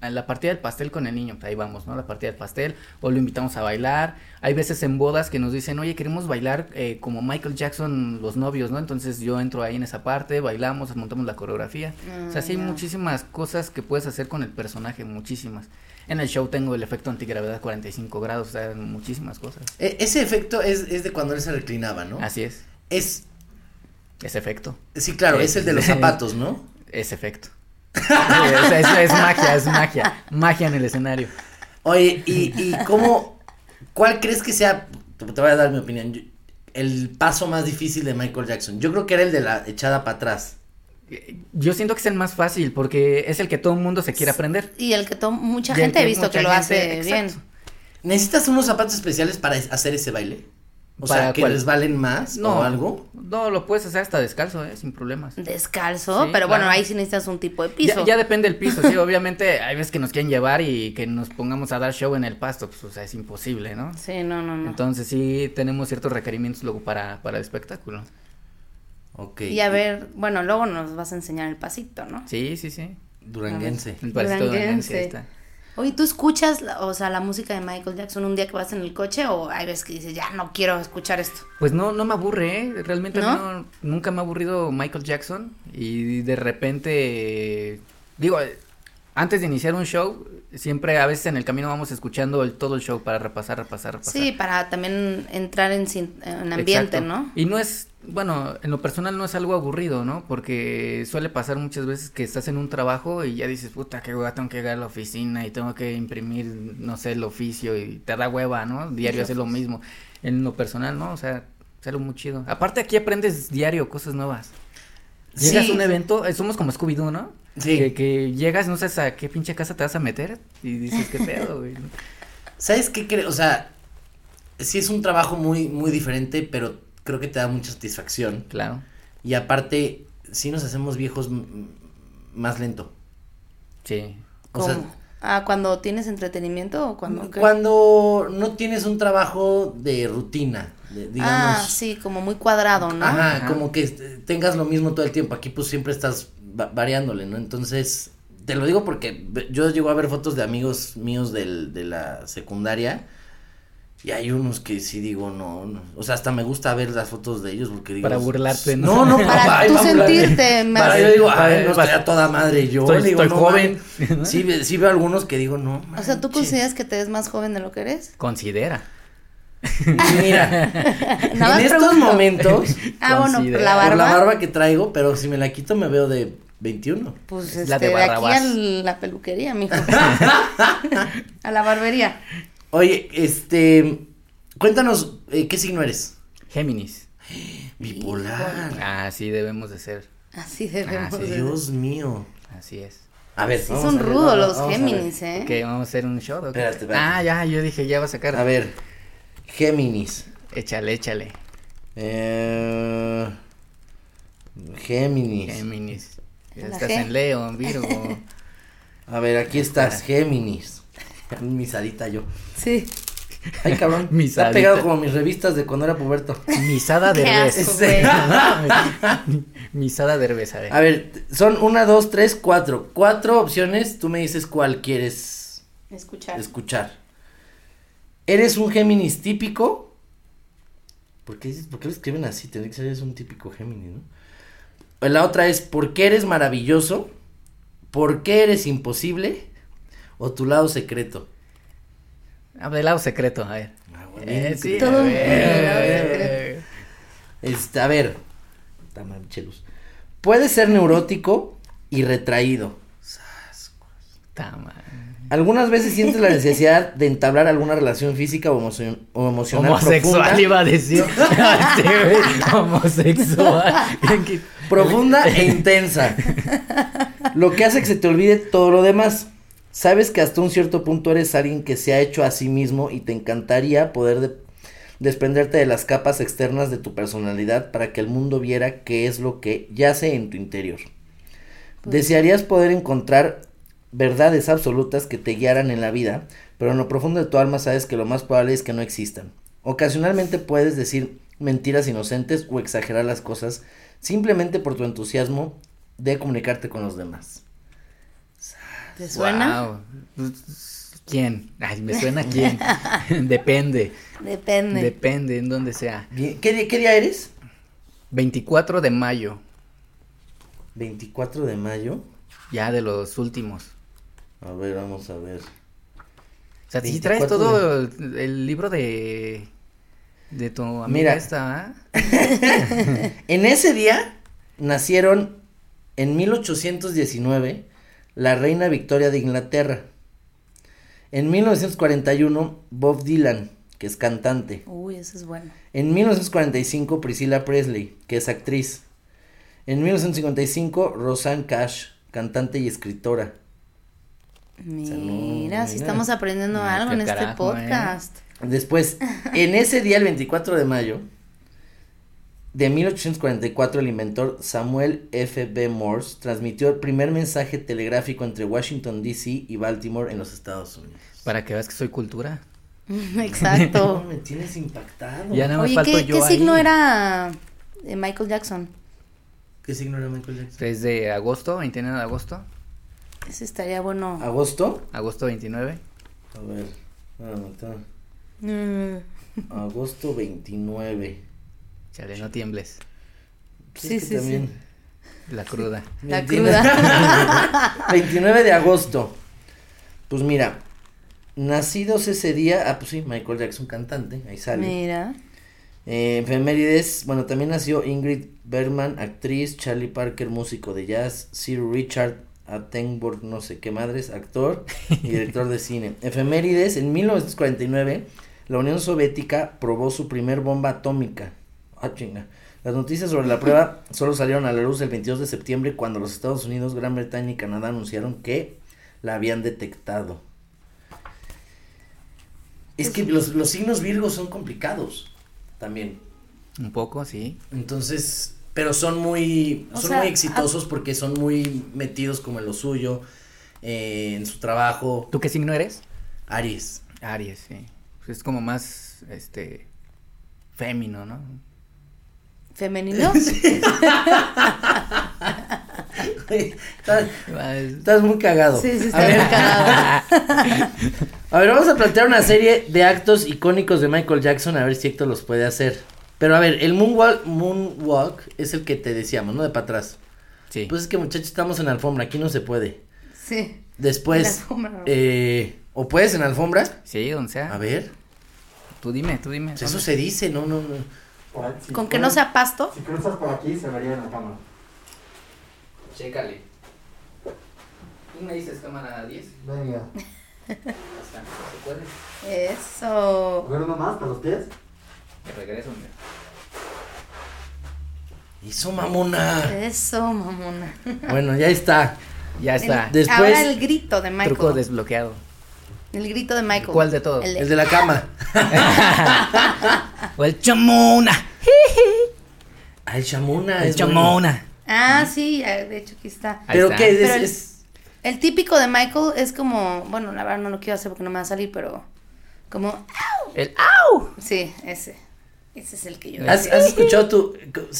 Speaker 3: a la partida del pastel con el niño, pues ahí vamos, ¿no? La partida del pastel, o lo invitamos a bailar. Hay veces en bodas que nos dicen, oye, queremos bailar eh, como Michael Jackson, los novios, ¿no? Entonces yo entro ahí en esa parte, bailamos, montamos la coreografía. o sea, sí hay muchísimas cosas que puedes hacer con el personaje, muchísimas. En el show tengo el efecto antigravedad 45 grados, o sea, muchísimas cosas.
Speaker 1: E- ese efecto es, es de cuando él se reclinaba, ¿no?
Speaker 3: Así es,
Speaker 1: Es,
Speaker 3: ese efecto,
Speaker 1: sí, claro, es el de los zapatos, ¿no?
Speaker 3: ese efecto. Sí, o sea, eso es magia, es magia, magia en el escenario.
Speaker 1: Oye, ¿y, y cómo, cuál crees que sea, te, te voy a dar mi opinión, yo- el paso más difícil de Michael Jackson? Yo creo que era el de la echada para atrás.
Speaker 3: Yo siento que es el más fácil porque es el que todo el mundo se quiere aprender.
Speaker 2: Y el que to- mucha
Speaker 3: Y el
Speaker 2: gente he
Speaker 3: que
Speaker 2: visto
Speaker 3: mucha
Speaker 2: que lo
Speaker 3: gente-
Speaker 2: hace
Speaker 3: exacto.
Speaker 2: bien.
Speaker 1: ¿Necesitas unos zapatos especiales para es- hacer ese baile? O
Speaker 3: ¿Para
Speaker 1: sea, que
Speaker 3: cuál?
Speaker 1: les valen más o algo.
Speaker 3: No, lo puedes hacer hasta descalzo, eh, sin problemas.
Speaker 2: Descalzo,
Speaker 3: Sí,
Speaker 2: pero bueno,
Speaker 3: claro.
Speaker 2: ahí sí necesitas un tipo de piso.
Speaker 3: Ya, ya depende el piso, sí, obviamente hay veces que nos quieren llevar y que nos pongamos a dar show en el pasto, pues o sea, es imposible, ¿no?
Speaker 2: Sí, no, no, no.
Speaker 3: Entonces sí tenemos ciertos requerimientos luego para, para el espectáculo.
Speaker 1: Ok.
Speaker 2: y a ver, bueno, luego nos vas a enseñar el pasito, ¿no?
Speaker 3: Sí, sí, sí.
Speaker 1: Duranguense.
Speaker 3: El pasito
Speaker 2: Duranguense.
Speaker 3: duranguense, ahí está.
Speaker 2: Oye, ¿tú escuchas, la- o sea, la música de Michael Jackson un día que vas en el coche o hay veces que dices, ya no quiero escuchar esto?
Speaker 3: Pues no, no me aburre, ¿eh? realmente
Speaker 2: ¿No?
Speaker 3: no- nunca me ha aburrido Michael Jackson y de repente, digo, eh, antes de iniciar un show, siempre a veces en el camino vamos escuchando el, todo el show para repasar, repasar, repasar.
Speaker 2: Sí, para también entrar en, sin- en ambiente,
Speaker 3: Exacto.
Speaker 2: ¿no?
Speaker 3: Y no es, bueno, en lo personal no es algo aburrido, ¿no? Porque suele pasar muchas veces que estás en un trabajo y ya dices, puta, qué hueva, tengo que llegar a la oficina y tengo que imprimir, no sé, el oficio y te da hueva, ¿no? Diario hacer lo mismo. En lo personal, ¿no? O sea, es algo muy chido. Aparte aquí aprendes diario cosas nuevas. Llegas
Speaker 1: Sí.
Speaker 3: a un evento, eh, somos como Scooby-Doo, ¿no?
Speaker 1: Sí.
Speaker 3: Que, que llegas, no sabes a qué pinche casa te vas a meter y dices, qué pedo, güey.
Speaker 1: ¿Sabes qué creo? O sea, sí es un trabajo muy, muy diferente, pero creo que te da mucha satisfacción.
Speaker 3: Claro.
Speaker 1: Y aparte, sí nos hacemos viejos m- m- más lento.
Speaker 3: Sí.
Speaker 1: O
Speaker 2: ¿Cómo?
Speaker 1: sea,
Speaker 2: ah, cuando tienes entretenimiento o cuando... qué?
Speaker 1: cuando no tienes un trabajo de rutina, de- digamos.
Speaker 2: Ah, sí, como muy cuadrado, ¿no?
Speaker 1: Ajá, como que este, tengas lo mismo todo el tiempo. Aquí pues siempre estás va- variándole, ¿no? Entonces, te lo digo porque ve- yo llego a ver fotos de amigos míos del- de la secundaria. Y hay unos que sí digo, no, no. O sea, hasta me gusta ver las fotos de ellos porque digo.
Speaker 3: Para burlarte, ¿no?
Speaker 1: No, no,
Speaker 2: Para
Speaker 1: ay,
Speaker 2: tú
Speaker 1: burlarme.
Speaker 2: sentirte más-
Speaker 1: Para yo digo, ay,
Speaker 3: Para-
Speaker 1: no estoy a toda madre yo.
Speaker 3: Estoy-
Speaker 1: le digo,
Speaker 3: estoy
Speaker 1: no,
Speaker 3: joven.
Speaker 1: madre. Sí, ve- sí veo algunos que digo, no.
Speaker 2: O sea, ¿tú
Speaker 1: manches.
Speaker 2: consideras que te ves más joven de lo que eres?
Speaker 3: Considera.
Speaker 1: Mira,
Speaker 2: Nada más
Speaker 1: en estos
Speaker 2: pregunto.
Speaker 1: momentos,
Speaker 2: Ah, bueno, por
Speaker 3: Considera-
Speaker 2: la
Speaker 1: por
Speaker 2: barba.
Speaker 1: la barba que traigo, pero si me la quito me veo de 21.
Speaker 2: Pues
Speaker 3: Es
Speaker 2: este,
Speaker 3: la de
Speaker 2: de, aquí
Speaker 3: Barrabás.
Speaker 2: a la peluquería, mijo. a la barbería.
Speaker 1: Oye, este, cuéntanos, eh, ¿qué signo eres?
Speaker 3: Géminis.
Speaker 1: Bipolar.
Speaker 3: Así debemos de ser.
Speaker 2: Así debemos.
Speaker 3: Ah, sí.
Speaker 2: de-
Speaker 1: Dios mío.
Speaker 3: Así es.
Speaker 1: A ver,
Speaker 2: Sí
Speaker 1: vamos
Speaker 2: son
Speaker 1: a ver,
Speaker 2: rudos
Speaker 1: vamos-
Speaker 2: los
Speaker 1: vamos a ver.
Speaker 2: Géminis, ¿eh?
Speaker 3: Que vamos a hacer un shot. ¿o qué?
Speaker 1: Espérate, espérate.
Speaker 3: Ah, ya, yo dije, ya va a sacar.
Speaker 1: A ver, Géminis.
Speaker 3: Échale, échale.
Speaker 1: Eh, Géminis.
Speaker 3: Géminis.
Speaker 2: La
Speaker 3: Estás
Speaker 2: G.
Speaker 3: en Leo, Virgo.
Speaker 1: A ver, aquí estás, Géminis. Misadita yo.
Speaker 2: Sí.
Speaker 1: Ay, cabrón.
Speaker 3: Misadita.
Speaker 1: Está pegado como mis revistas de cuando era puberto. Este,
Speaker 3: Misada
Speaker 2: Qué
Speaker 3: derbez.
Speaker 2: asco, güey.
Speaker 3: Misada derbez, a ver.
Speaker 1: A ver, t- son una, dos, tres, cuatro. Cuatro opciones. Tú me dices cuál quieres
Speaker 2: Escuchar.
Speaker 1: escuchar. ¿Eres un Géminis típico? ¿Por qué, dices- por qué lo escriben así? Tendría que ser eres un típico Géminis, ¿no? La otra es, ¿por qué eres maravilloso? ¿Por qué eres imposible? ¿O tu lado secreto?
Speaker 3: Habla Ah, del lado secreto, a ver.
Speaker 1: Ah, bueno,
Speaker 3: Eh, sí,
Speaker 2: Todo
Speaker 3: a
Speaker 2: un
Speaker 3: ver,
Speaker 2: lado
Speaker 3: a ver,
Speaker 2: secreto.
Speaker 3: a ver.
Speaker 1: Este, a ver. Tamam, chelus. Puede ser neurótico y retraído.
Speaker 3: Ta madre.
Speaker 1: Algunas veces sientes la necesidad de entablar alguna relación física o, emocio- o emocional
Speaker 3: Homosexual
Speaker 1: profunda,
Speaker 3: iba a decir. Sí, güey, Homosexual. Bien que-
Speaker 1: profunda e intensa. Lo que hace que se te olvide todo lo demás. Sabes que hasta un cierto punto eres alguien que se ha hecho a sí mismo y te encantaría poder de- desprenderte de las capas externas de tu personalidad para que el mundo viera qué es lo que yace en tu interior. Desearías poder encontrar verdades absolutas que te guiaran en la vida, pero en lo profundo de tu alma sabes que lo más probable es que no existan. Ocasionalmente puedes decir mentiras inocentes o exagerar las cosas simplemente por tu entusiasmo de comunicarte con los demás.
Speaker 2: ¿Te suena?
Speaker 3: Wow. ¿Quién? Ay, me suena quién. Depende.
Speaker 2: Depende.
Speaker 3: Depende en dónde sea.
Speaker 1: Bien, ¿Qué, día- qué día eres?
Speaker 3: 24 de mayo,
Speaker 1: 24 de mayo.
Speaker 3: ya de los últimos.
Speaker 1: A ver, vamos a ver.
Speaker 3: O sea, si
Speaker 1: 24
Speaker 3: traes todo el, el libro de de tu amiga
Speaker 1: Mira.
Speaker 3: esta, ¿ah?
Speaker 1: En ese día nacieron en 1819 la reina Victoria de Inglaterra. En 1941 Bob Dylan, que es cantante.
Speaker 2: Uy, eso es bueno.
Speaker 1: En 1945 Priscilla Presley, que es actriz. En 1955 Rosanne Cash, cantante y escritora.
Speaker 2: Mira,
Speaker 1: sea, no,
Speaker 2: si
Speaker 1: mira.
Speaker 2: estamos aprendiendo
Speaker 3: Mira,
Speaker 2: algo
Speaker 3: qué
Speaker 2: en este
Speaker 3: carajo,
Speaker 2: podcast.
Speaker 1: Después, en ese día, el 24 de mayo de 1844, el inventor Samuel F. B. Morse transmitió el primer mensaje telegráfico entre Washington, D.C. y Baltimore en los Estados Unidos.
Speaker 3: Para que veas que soy cultura.
Speaker 1: No,
Speaker 2: Exacto.
Speaker 1: me tienes impactado.
Speaker 3: Ya nada más
Speaker 2: Oye,
Speaker 3: falto
Speaker 2: ¿qué,
Speaker 3: yo
Speaker 2: qué
Speaker 3: ahí.
Speaker 2: signo era eh, Michael Jackson?
Speaker 1: ¿Qué signo era Michael Jackson?
Speaker 3: 3 de agosto, 29 de agosto.
Speaker 2: Ese estaría bueno.
Speaker 3: Ah.
Speaker 1: ¿Agosto?
Speaker 3: Agosto 29.
Speaker 1: A ver, ah, no, está.
Speaker 2: Mm,
Speaker 1: agosto 29.
Speaker 3: Chale, no tiembles.
Speaker 2: Sí, sí, sí.
Speaker 3: La cruda.
Speaker 2: la
Speaker 1: Mentira.
Speaker 2: cruda.
Speaker 1: 29 de agosto. Pues mira, nacidos ese día, ah, pues sí, Michael Jackson, cantante, ahí sale.
Speaker 2: Mira.
Speaker 1: Eh, efemérides, bueno, también nació Ingrid Bergman, actriz, Charlie Parker, músico de jazz, Sir Richard Attenborough, no sé qué madres, actor y director de cine. Efemérides, en 1949, la Unión Soviética probó su primer bomba atómica. Ah, chinga. Las noticias sobre la prueba solo salieron a la luz el 22 de septiembre cuando los Estados Unidos, Gran Bretaña y Canadá anunciaron que la habían detectado. Es que los, los signos virgos son complicados también.
Speaker 3: Un poco, sí.
Speaker 1: Entonces, pero son muy,
Speaker 2: O
Speaker 1: son
Speaker 2: sea, ah,
Speaker 1: muy exitosos porque son muy metidos como en lo suyo, eh, en su trabajo.
Speaker 3: ¿Tú qué signo eres?
Speaker 1: Aries.
Speaker 3: Aries, sí. Pues es como más este fémino, ¿no?
Speaker 2: ¿Femenino?
Speaker 1: estás,
Speaker 3: Más-
Speaker 1: estás muy cagado.
Speaker 2: Sí, sí,
Speaker 1: a,
Speaker 2: está
Speaker 1: ver,
Speaker 2: bien cagado.
Speaker 1: a ver, vamos a plantear una serie de actos icónicos de Michael Jackson, a ver si Héctor los puede hacer. Pero a ver, el moonwalk, moonwalk es el que te decíamos, ¿no? De para atrás.
Speaker 3: Sí.
Speaker 1: Pues es que muchachos, estamos en alfombra, aquí no se puede.
Speaker 2: Sí. En
Speaker 1: Después,
Speaker 2: alfombra. Ah.
Speaker 1: eh, o puedes en alfombra,
Speaker 3: sí, donde sea.
Speaker 1: a ver.
Speaker 3: Tú dime, tú dime.
Speaker 1: Pues Eso se dice, no, no, no.
Speaker 2: Con que no sea pasto.
Speaker 6: Si cruzas por aquí, se vería en la cámara.
Speaker 3: Chécale. Tú me dices cámara 10.
Speaker 6: Venga.
Speaker 3: Hasta, ¿se puede?
Speaker 6: A
Speaker 2: Eso.
Speaker 6: ver uno más para los pies.
Speaker 3: Te regreso, mira.
Speaker 1: Eso, mamona.
Speaker 2: Eso, mamona.
Speaker 1: Bueno, ya está.
Speaker 3: Ya está.
Speaker 1: De- Después-
Speaker 2: Ahora el grito de Michael.
Speaker 3: Truco desbloqueado.
Speaker 2: El grito de Michael.
Speaker 3: ¿Cuál de todos?
Speaker 2: El de-
Speaker 1: El de la cama.
Speaker 2: Ah.
Speaker 3: O el chamona.
Speaker 1: Ah, el chamona.
Speaker 3: El
Speaker 1: es bueno.
Speaker 3: chamona.
Speaker 2: Ah, sí, ya, de hecho aquí está.
Speaker 3: Ahí
Speaker 1: ¿Pero
Speaker 3: está.
Speaker 1: qué? Es,
Speaker 2: Pero el-
Speaker 1: es-
Speaker 2: El típico de Michael es como, bueno, la verdad no lo quiero hacer porque no me va a salir, pero como,
Speaker 3: El ah. au.
Speaker 2: sí, ese. Ese es el que yo.
Speaker 1: ¿has, has escuchado tú?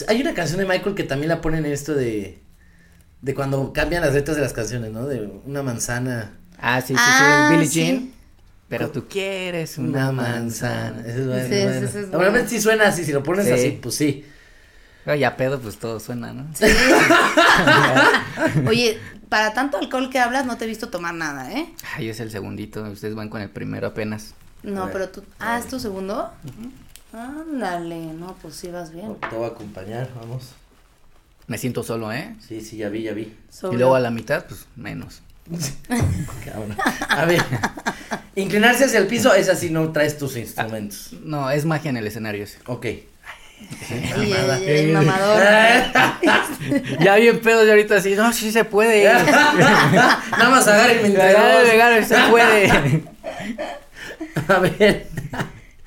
Speaker 1: Hay una canción de Michael que también la ponen esto de. De cuando cambian las letras de las canciones, ¿no? De una manzana,
Speaker 3: Ah, sí, sí, sí.
Speaker 2: Ah,
Speaker 3: Billie
Speaker 2: sí.
Speaker 3: Jean. Pero tú quieres
Speaker 1: una manzana. Eso es bueno. es
Speaker 2: Sí, ese-
Speaker 1: bueno.
Speaker 2: ese es bueno.
Speaker 1: Normalmente sí suena así, si lo pones
Speaker 3: Sí.
Speaker 1: así, pues sí.
Speaker 3: Oye, a pedo, pues todo suena, ¿no?
Speaker 2: Oye, para tanto alcohol que hablas, no te he visto tomar nada, ¿eh?
Speaker 3: Ay, es el segundito. Ustedes van con el primero apenas.
Speaker 2: No,
Speaker 1: ver,
Speaker 2: pero tú. Ah, ¿es tu segundo? Ándale, no, pues sí vas bien.
Speaker 1: Te voy a acompañar, vamos.
Speaker 3: Me siento solo, ¿eh?
Speaker 1: Sí, sí, ya vi, ya vi.
Speaker 2: Sobre-
Speaker 3: Y luego a la mitad, pues menos.
Speaker 1: Cabrón. A ver, inclinarse hacia el piso es así, no traes tus instrumentos.
Speaker 3: No, es magia en el escenario ese.
Speaker 1: Ok.
Speaker 2: Y el, el mamador.
Speaker 3: Ya bien pedo de ahorita así, no, sí se puede.
Speaker 1: Nada más agárrenme entre
Speaker 3: Agarra,
Speaker 1: dos.
Speaker 3: agarra, se puede.
Speaker 1: A ver,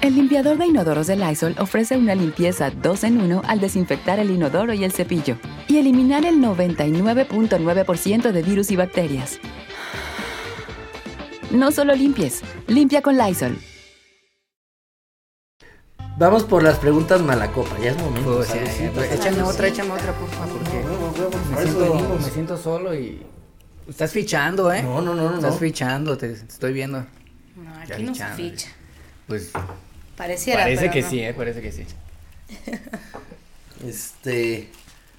Speaker 5: El limpiador de inodoros de Lysol ofrece una limpieza 2 en 1 al desinfectar el inodoro y el cepillo y eliminar el 99.9% de virus y bacterias. No solo limpies, limpia con Lysol.
Speaker 1: vamos por las preguntas malacopa, ya es momento.
Speaker 3: Pues,
Speaker 1: ¿sabes?
Speaker 3: ya,
Speaker 1: Sí,
Speaker 3: ya,
Speaker 1: pues,
Speaker 3: pues,
Speaker 1: échale otra.
Speaker 5: échame otra, porfa, porque
Speaker 1: Huevo, huevo,
Speaker 3: Me
Speaker 1: por eso
Speaker 3: siento,
Speaker 1: venimos.
Speaker 3: me siento solo y. Estás fichando, ¿eh?
Speaker 1: No, no, no, no,
Speaker 3: Estás
Speaker 1: no.
Speaker 3: fichando, te te estoy viendo.
Speaker 2: No,
Speaker 3: Ya
Speaker 2: aquí no se
Speaker 3: ficharon.
Speaker 2: ficha.
Speaker 3: Pues
Speaker 2: Pareciera.
Speaker 3: parece
Speaker 2: pero
Speaker 3: que
Speaker 2: no.
Speaker 3: sí, ¿eh? Parece que sí.
Speaker 1: Este,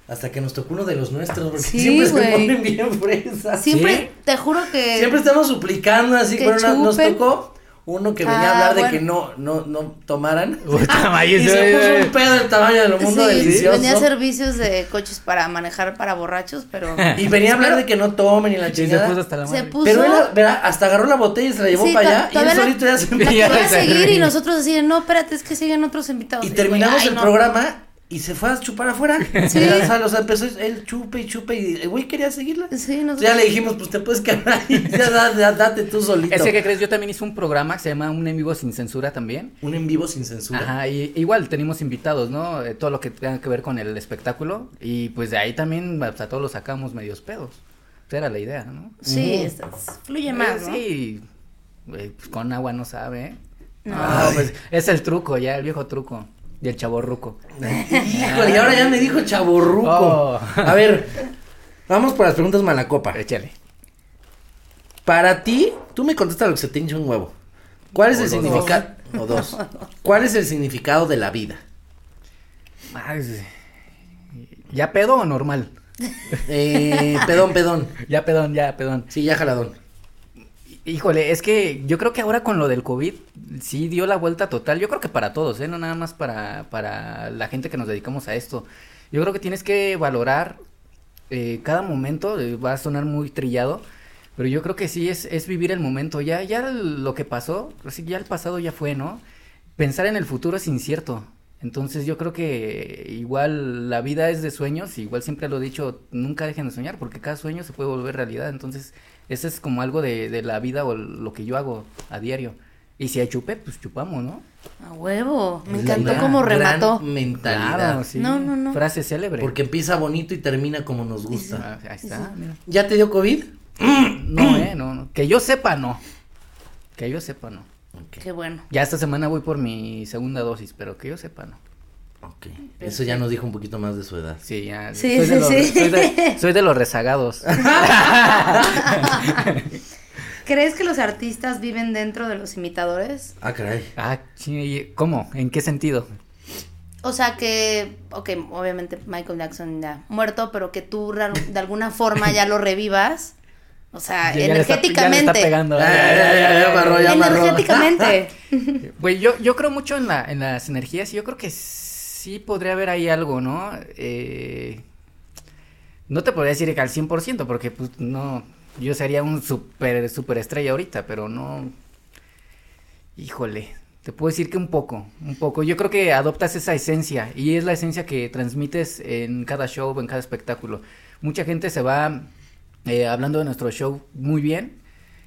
Speaker 1: hasta que nos tocó uno de los nuestros, porque
Speaker 2: Sí,
Speaker 1: siempre se
Speaker 2: güey.
Speaker 1: ponen bien fresas.
Speaker 2: Siempre,
Speaker 3: ¿Sí?
Speaker 2: te juro que.
Speaker 1: Siempre estamos suplicando así,
Speaker 2: Que
Speaker 1: pero no- nos
Speaker 2: chupen.
Speaker 1: tocó uno que venía a
Speaker 2: Ah,
Speaker 1: hablar de
Speaker 2: bueno.
Speaker 1: que no, no, no tomaran.
Speaker 3: Puta madre,
Speaker 1: y se
Speaker 3: ese-
Speaker 1: puso un pedo del tamaño del mundo
Speaker 2: Sí,
Speaker 1: delicioso.
Speaker 2: Vendía servicios de coches para manejar para borrachos, pero.
Speaker 1: Y venía a hablar de que no tomen y la
Speaker 3: Sí, se puso
Speaker 1: chingada.
Speaker 3: hasta la
Speaker 2: Se
Speaker 3: madre.
Speaker 2: puso.
Speaker 1: Pero él, verá, hasta agarró la botella y se la llevó
Speaker 2: Sí,
Speaker 1: para
Speaker 2: to-
Speaker 1: allá. Y él
Speaker 2: todavía la-
Speaker 1: solito ya se
Speaker 2: la
Speaker 3: Ya
Speaker 2: quería
Speaker 3: se
Speaker 2: seguir
Speaker 3: ríe.
Speaker 2: y nosotros así, de, no, espérate, es que siguen otros invitados.
Speaker 1: Y terminamos
Speaker 2: Ay,
Speaker 1: el
Speaker 2: no.
Speaker 1: programa y se fue a chupar afuera.
Speaker 2: Sí.
Speaker 1: Y ya, o sea, o sea, empezó él chupe y chupe y el güey quería seguirla.
Speaker 2: Sí,
Speaker 1: Entonces
Speaker 2: nosotros-
Speaker 1: Ya le dijimos, pues te puedes quedar ahí, ya da- ya date tú solito.
Speaker 3: Ese que crees, yo también hice un programa que se llama Un en vivo sin censura también.
Speaker 1: Un en vivo sin censura.
Speaker 3: Ajá, y igual tenemos invitados, ¿no? Eh, Todo lo que tenga que ver con el espectáculo. Y pues de ahí también pues, a todos los sacamos medios pedos. Esa era la idea, ¿no?
Speaker 2: Sí, estás- fluye
Speaker 3: Eh,
Speaker 2: más. ¿no?
Speaker 3: Sí, güey, pues, con agua no sabe, ¿eh? No, pues es el truco, ya, el viejo truco. Y el chavo ruco.
Speaker 1: Híjole, y ahora ya me dijo chaborruco.
Speaker 3: Oh. Eh.
Speaker 1: A ver, vamos por las preguntas malacopa.
Speaker 3: Échale.
Speaker 1: Para ti, tú me contestas lo que se te hincha un huevo. ¿Cuál es el significado? O dos. ¿Cuál es el significado de la vida?
Speaker 3: Ah, es- ¿Ya pedo o normal?
Speaker 1: Eh, pedón, pedón.
Speaker 3: Ya pedón, ya pedón.
Speaker 1: Sí, ya jaladón.
Speaker 3: Híjole, es que yo creo que ahora con lo del COVID sí dio la vuelta total. Yo creo que para todos, ¿eh? No nada más para, para la gente que nos dedicamos a esto. Yo creo que tienes que valorar eh, cada momento. eh, Va a sonar muy trillado, pero yo creo que sí es, es vivir el momento. Ya, ya lo que pasó, pues sí, ya el pasado ya fue, ¿no? Pensar en el futuro es incierto. Entonces yo creo que igual la vida es de sueños, igual siempre lo he dicho, nunca dejen de soñar, porque cada sueño se puede volver realidad. Entonces, ese es como algo de, de la vida o lo que yo hago a diario. Y si hay chupe, pues chupamos, ¿no?
Speaker 2: A huevo. Me
Speaker 1: Es la
Speaker 2: encantó
Speaker 1: gran-
Speaker 2: cómo remató.
Speaker 1: gran mentalidad.
Speaker 3: sí.
Speaker 2: No, no, no.
Speaker 3: Frase célebre.
Speaker 1: Porque empieza bonito y termina como nos gusta.
Speaker 3: Ah, ahí está. mira.
Speaker 1: ¿Ya te dio COVID?
Speaker 3: No, eh, no, no. Que yo sepa, no. Que yo sepa, no.
Speaker 2: Qué bueno.
Speaker 3: Ya esta semana voy por mi segunda dosis, pero que yo sepa, no.
Speaker 1: Ok. Eso ya nos dijo un poquito más de su edad.
Speaker 3: Sí, ya.
Speaker 2: Sí,
Speaker 3: soy de
Speaker 2: sí,
Speaker 3: los-
Speaker 2: sí.
Speaker 3: Soy de, soy de los rezagados.
Speaker 2: ¿Crees que los artistas viven dentro de los imitadores?
Speaker 1: Ah, caray.
Speaker 3: Ah, sí, ¿cómo? ¿En qué sentido?
Speaker 2: O sea que, ok, obviamente Michael Jackson ya muerto, pero que tú ra- de alguna forma ya lo revivas. O sea,
Speaker 3: Ya le está- ya le
Speaker 2: energéticamente.
Speaker 3: está pegando.
Speaker 1: Ah, Ya,
Speaker 3: ¿eh?
Speaker 1: ya, ya, ya amarró, ya amarró.
Speaker 2: energéticamente.
Speaker 3: Güey, yo, yo creo mucho en, la, en las energías y yo creo que sí podría haber ahí algo, ¿no? Eh, no te podría decir que al 100% porque pues no, yo sería un super, super estrella ahorita, pero no... Híjole, te puedo decir que un poco, un poco. Yo creo que adoptas esa esencia y es la esencia que transmites en cada show, en cada espectáculo. Mucha gente se va eh, hablando de nuestro show muy bien,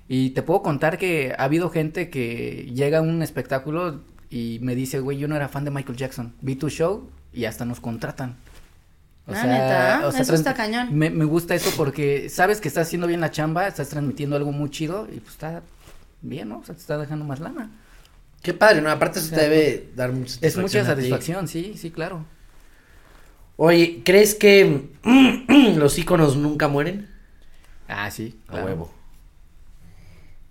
Speaker 3: y te puedo contar que ha habido gente que llega a un espectáculo y me dice, güey, yo no era fan de Michael Jackson. Vi tu show y hasta nos contratan.
Speaker 2: Ah, ¿neta? Eso
Speaker 3: trans-
Speaker 2: está cañón.
Speaker 3: Me, me gusta eso porque sabes que estás haciendo bien la chamba, estás transmitiendo algo muy chido y pues está bien, ¿no? O sea, te está dejando más lana.
Speaker 1: Qué padre, ¿no? Aparte eso te
Speaker 3: O sea,
Speaker 1: debe dar mucha satisfacción.
Speaker 3: Es mucha
Speaker 1: a ti.
Speaker 3: satisfacción, sí, sí, claro.
Speaker 1: Oye, ¿crees que los íconos nunca mueren?
Speaker 3: Ah, sí,
Speaker 1: A huevo.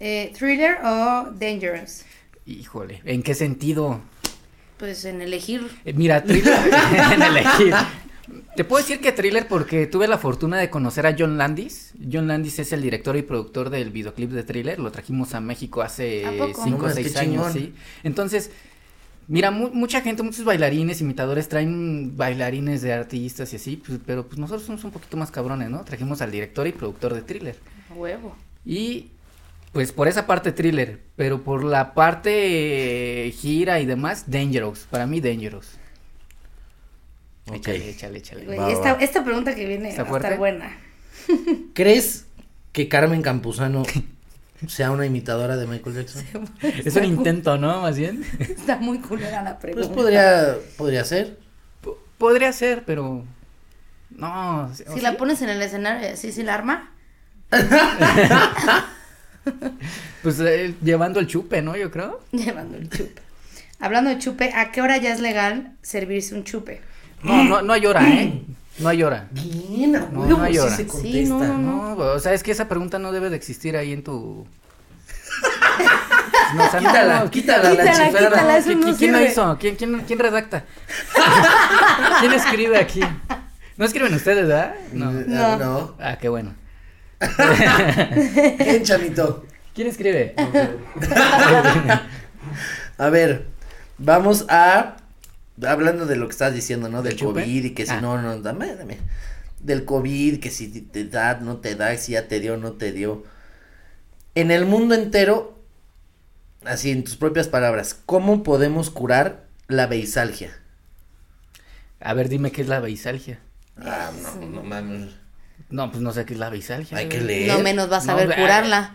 Speaker 2: Eh, ¿Thriller o Dangerous?
Speaker 3: Híjole, ¿en qué sentido?
Speaker 2: Pues en elegir.
Speaker 3: Eh, Mira, Thriller en elegir. Te puedo decir que Thriller porque tuve la fortuna de conocer a John Landis. John Landis es el director y productor del videoclip de Thriller. Lo trajimos a México hace
Speaker 2: ¿A poco? No
Speaker 3: cinco o
Speaker 1: mames,
Speaker 3: seis
Speaker 1: qué
Speaker 3: años,
Speaker 1: chingón.
Speaker 3: sí. Entonces, mira, mu- mucha gente, muchos bailarines, imitadores traen bailarines de artistas y así, pues, pero pues nosotros somos un poquito más cabrones, ¿no? Trajimos al director y productor de Thriller.
Speaker 2: Huevo.
Speaker 3: Y pues por esa parte Thriller, pero por la parte eh, gira y demás, Dangerous. Para mí Dangerous.
Speaker 1: Ok.
Speaker 3: Échale, échale, échale.
Speaker 2: Güey,
Speaker 1: Va,
Speaker 2: esta,
Speaker 1: va.
Speaker 2: esta pregunta que viene
Speaker 3: ¿Está
Speaker 2: va a
Speaker 3: fuerte?
Speaker 2: estar buena.
Speaker 1: ¿Crees que Carmen Campuzano sea una imitadora de Michael Jackson?
Speaker 3: Es un intento, ¿no? Más bien.
Speaker 2: Está muy culera la
Speaker 1: Pues
Speaker 2: pregunta.
Speaker 1: podría, podría ser.
Speaker 3: Po- podría ser, pero. No. o
Speaker 2: Si
Speaker 3: sea,
Speaker 2: la pones en el escenario, sí, sí la arma.
Speaker 3: Pues eh, llevando el chupe, ¿no? Yo creo.
Speaker 2: Llevando el chupe. Hablando de chupe, ¿a qué hora ya es legal servirse un chupe?
Speaker 3: No, no, no hay hora, ¿eh? No hay hora.
Speaker 1: Bien,
Speaker 3: No,
Speaker 1: huevo,
Speaker 3: no hay
Speaker 1: sí
Speaker 3: hora.
Speaker 1: se
Speaker 3: Sí,
Speaker 1: contesta.
Speaker 2: no, no, no.
Speaker 3: No, o sea, es que esa pregunta no debe de existir ahí en tu. No, o sea, no,
Speaker 1: Quítala,
Speaker 3: no,
Speaker 1: quítala, la
Speaker 2: Quítala,
Speaker 1: chiflada.
Speaker 2: quítala, eso
Speaker 3: ¿Qui- qui-
Speaker 2: no
Speaker 3: ¿Quién, lo
Speaker 2: sirve.
Speaker 3: hizo? ¿Quién, quién, quién redacta? ¿Quién escribe aquí? No escriben ustedes, ¿verdad? No.
Speaker 1: Eh, No.
Speaker 3: Ah, qué bueno.
Speaker 1: Bien, chamito.
Speaker 3: ¿Quién escribe?
Speaker 1: A ver, vamos a. Hablando de lo que estás diciendo, ¿no? Del
Speaker 3: ¿Del chupe?
Speaker 1: COVID y que si
Speaker 3: Ah.
Speaker 1: no, no, dame, dame. Del COVID, que si te da, no te da, si ya te dio, no te dio. En el mundo entero, así en tus propias palabras, ¿cómo podemos curar la beisalgia?
Speaker 3: A ver, dime qué es la beisalgia.
Speaker 1: Ah, no, no mames.
Speaker 3: No, pues no sé qué es la beisalgia.
Speaker 1: Hay que
Speaker 3: güey.
Speaker 1: leer.
Speaker 2: No menos vas a
Speaker 3: No,
Speaker 2: saber
Speaker 3: güey.
Speaker 2: curarla.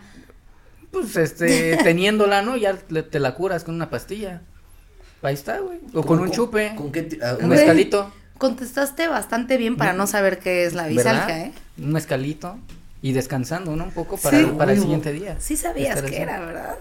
Speaker 3: Pues este, teniéndola, ¿no? Ya le- te la curas con una pastilla. Ahí está, güey. O con un chupe.
Speaker 1: ¿Con qué? ti- ah,
Speaker 3: Un
Speaker 2: Güey.
Speaker 3: mezcalito.
Speaker 2: Contestaste bastante bien para no saber qué es la bisalca,
Speaker 3: ¿Verdad?
Speaker 2: ¿eh?
Speaker 3: Un mezcalito. Y descansando, ¿no? Un poco para,
Speaker 2: Sí.
Speaker 3: para el siguiente día.
Speaker 2: Sí sabías
Speaker 3: Estar
Speaker 2: que
Speaker 3: así.
Speaker 2: era, ¿verdad?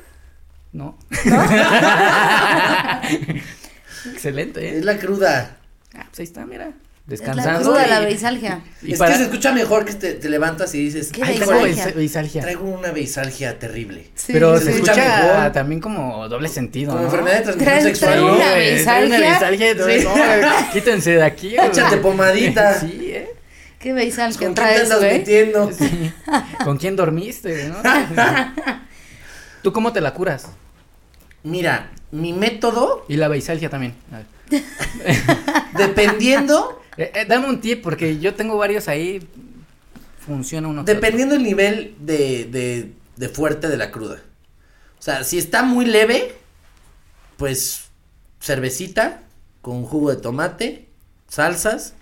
Speaker 3: No. Excelente, ¿eh?
Speaker 1: Es la cruda.
Speaker 3: Ah, pues ahí está, mira.
Speaker 2: es la
Speaker 3: Descansando.
Speaker 2: cruda
Speaker 3: y-
Speaker 2: la beisalgia.
Speaker 3: y
Speaker 1: es
Speaker 3: para-
Speaker 1: que se escucha mejor que te, te levantas y dices,
Speaker 2: ¿Qué
Speaker 1: "Ay,
Speaker 3: Tengo
Speaker 2: beisalgia.
Speaker 1: güey,
Speaker 3: beis- beisalgia.
Speaker 1: traigo una beisalgia terrible.
Speaker 2: Sí,
Speaker 3: Pero
Speaker 2: sí,
Speaker 3: se
Speaker 2: sí.
Speaker 3: escucha
Speaker 1: escucha mejor.
Speaker 3: también como doble sentido,
Speaker 1: Como
Speaker 3: ¿no?
Speaker 1: enfermedad de transmisión
Speaker 2: Trae-
Speaker 1: sexual.
Speaker 2: trae
Speaker 3: Sí,
Speaker 1: ¿no?
Speaker 2: una
Speaker 3: güey,
Speaker 2: beisalgia.
Speaker 3: Una beisalgia. entonces,
Speaker 1: Sí.
Speaker 3: no, güey, quítense de aquí. güey.
Speaker 1: Échate pomadita.
Speaker 3: Sí, ¿eh?
Speaker 2: ¿Qué
Speaker 1: ¿Con
Speaker 2: beisalgia
Speaker 1: quién te
Speaker 2: traes,
Speaker 1: andas
Speaker 2: güey?
Speaker 1: metiendo?
Speaker 3: Sí. ¿Con quién dormiste, no? ¿Tú cómo te la curas?
Speaker 1: Mira, mi método,
Speaker 3: Y la beisalgia también. A ver.
Speaker 1: dependiendo,
Speaker 3: Eh, eh, dame un tip, porque yo tengo varios ahí. Funciona uno. que
Speaker 1: dependiendo el nivel de, de, de fuerte de la cruda. O sea, si está muy leve, pues cervecita con jugo de tomate, salsas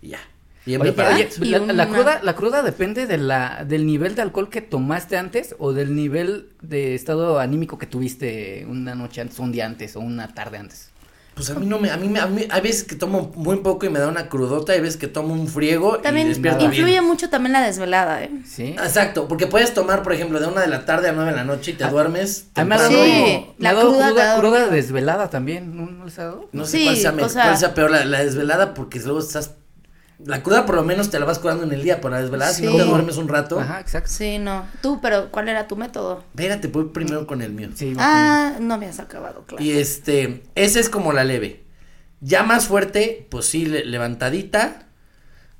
Speaker 1: y ya. Bien
Speaker 3: Oye,
Speaker 1: preparado.
Speaker 3: oye,
Speaker 2: Y
Speaker 3: la, la
Speaker 2: una-
Speaker 3: cruda, la cruda depende de la, del nivel de alcohol que tomaste antes o del nivel de estado anímico que tuviste una noche antes, un día antes o una tarde antes.
Speaker 1: Pues a mí no me, a mí, me- a mí- hay veces que tomo muy poco y me da una crudota, hay veces que tomo un friego y
Speaker 2: También
Speaker 1: despierto
Speaker 2: influye
Speaker 1: bien.
Speaker 2: mucho también la desvelada, ¿eh?
Speaker 3: ¿Sí?
Speaker 1: Exacto, porque puedes tomar, por ejemplo, de una de la tarde a nueve de la noche y te duermes.
Speaker 3: A mí me ha dado,
Speaker 1: temprano.
Speaker 2: Ah, Sí,
Speaker 3: me
Speaker 2: la
Speaker 3: ha dado
Speaker 2: cruda
Speaker 3: cruda,
Speaker 2: te da-
Speaker 3: cruda desvelada también, ¿no, no les ha dado?
Speaker 1: No sé
Speaker 2: Sí,
Speaker 1: cuál, sea, me-
Speaker 2: o sea-
Speaker 1: cuál sea peor, la, la desvelada, porque luego estás. La cruda por lo menos te la vas curando en el día, pero la desvelada, si no
Speaker 2: Sí.
Speaker 1: te duermes un rato.
Speaker 3: Ajá, exacto.
Speaker 2: Sí, no. Tú, pero ¿cuál era tu método?
Speaker 1: Espérate, voy primero con el mío.
Speaker 3: Sí,
Speaker 2: Ah, no me has acabado, claro.
Speaker 1: Y este, esa es como la leve. Ya más fuerte, pues sí, le- levantadita.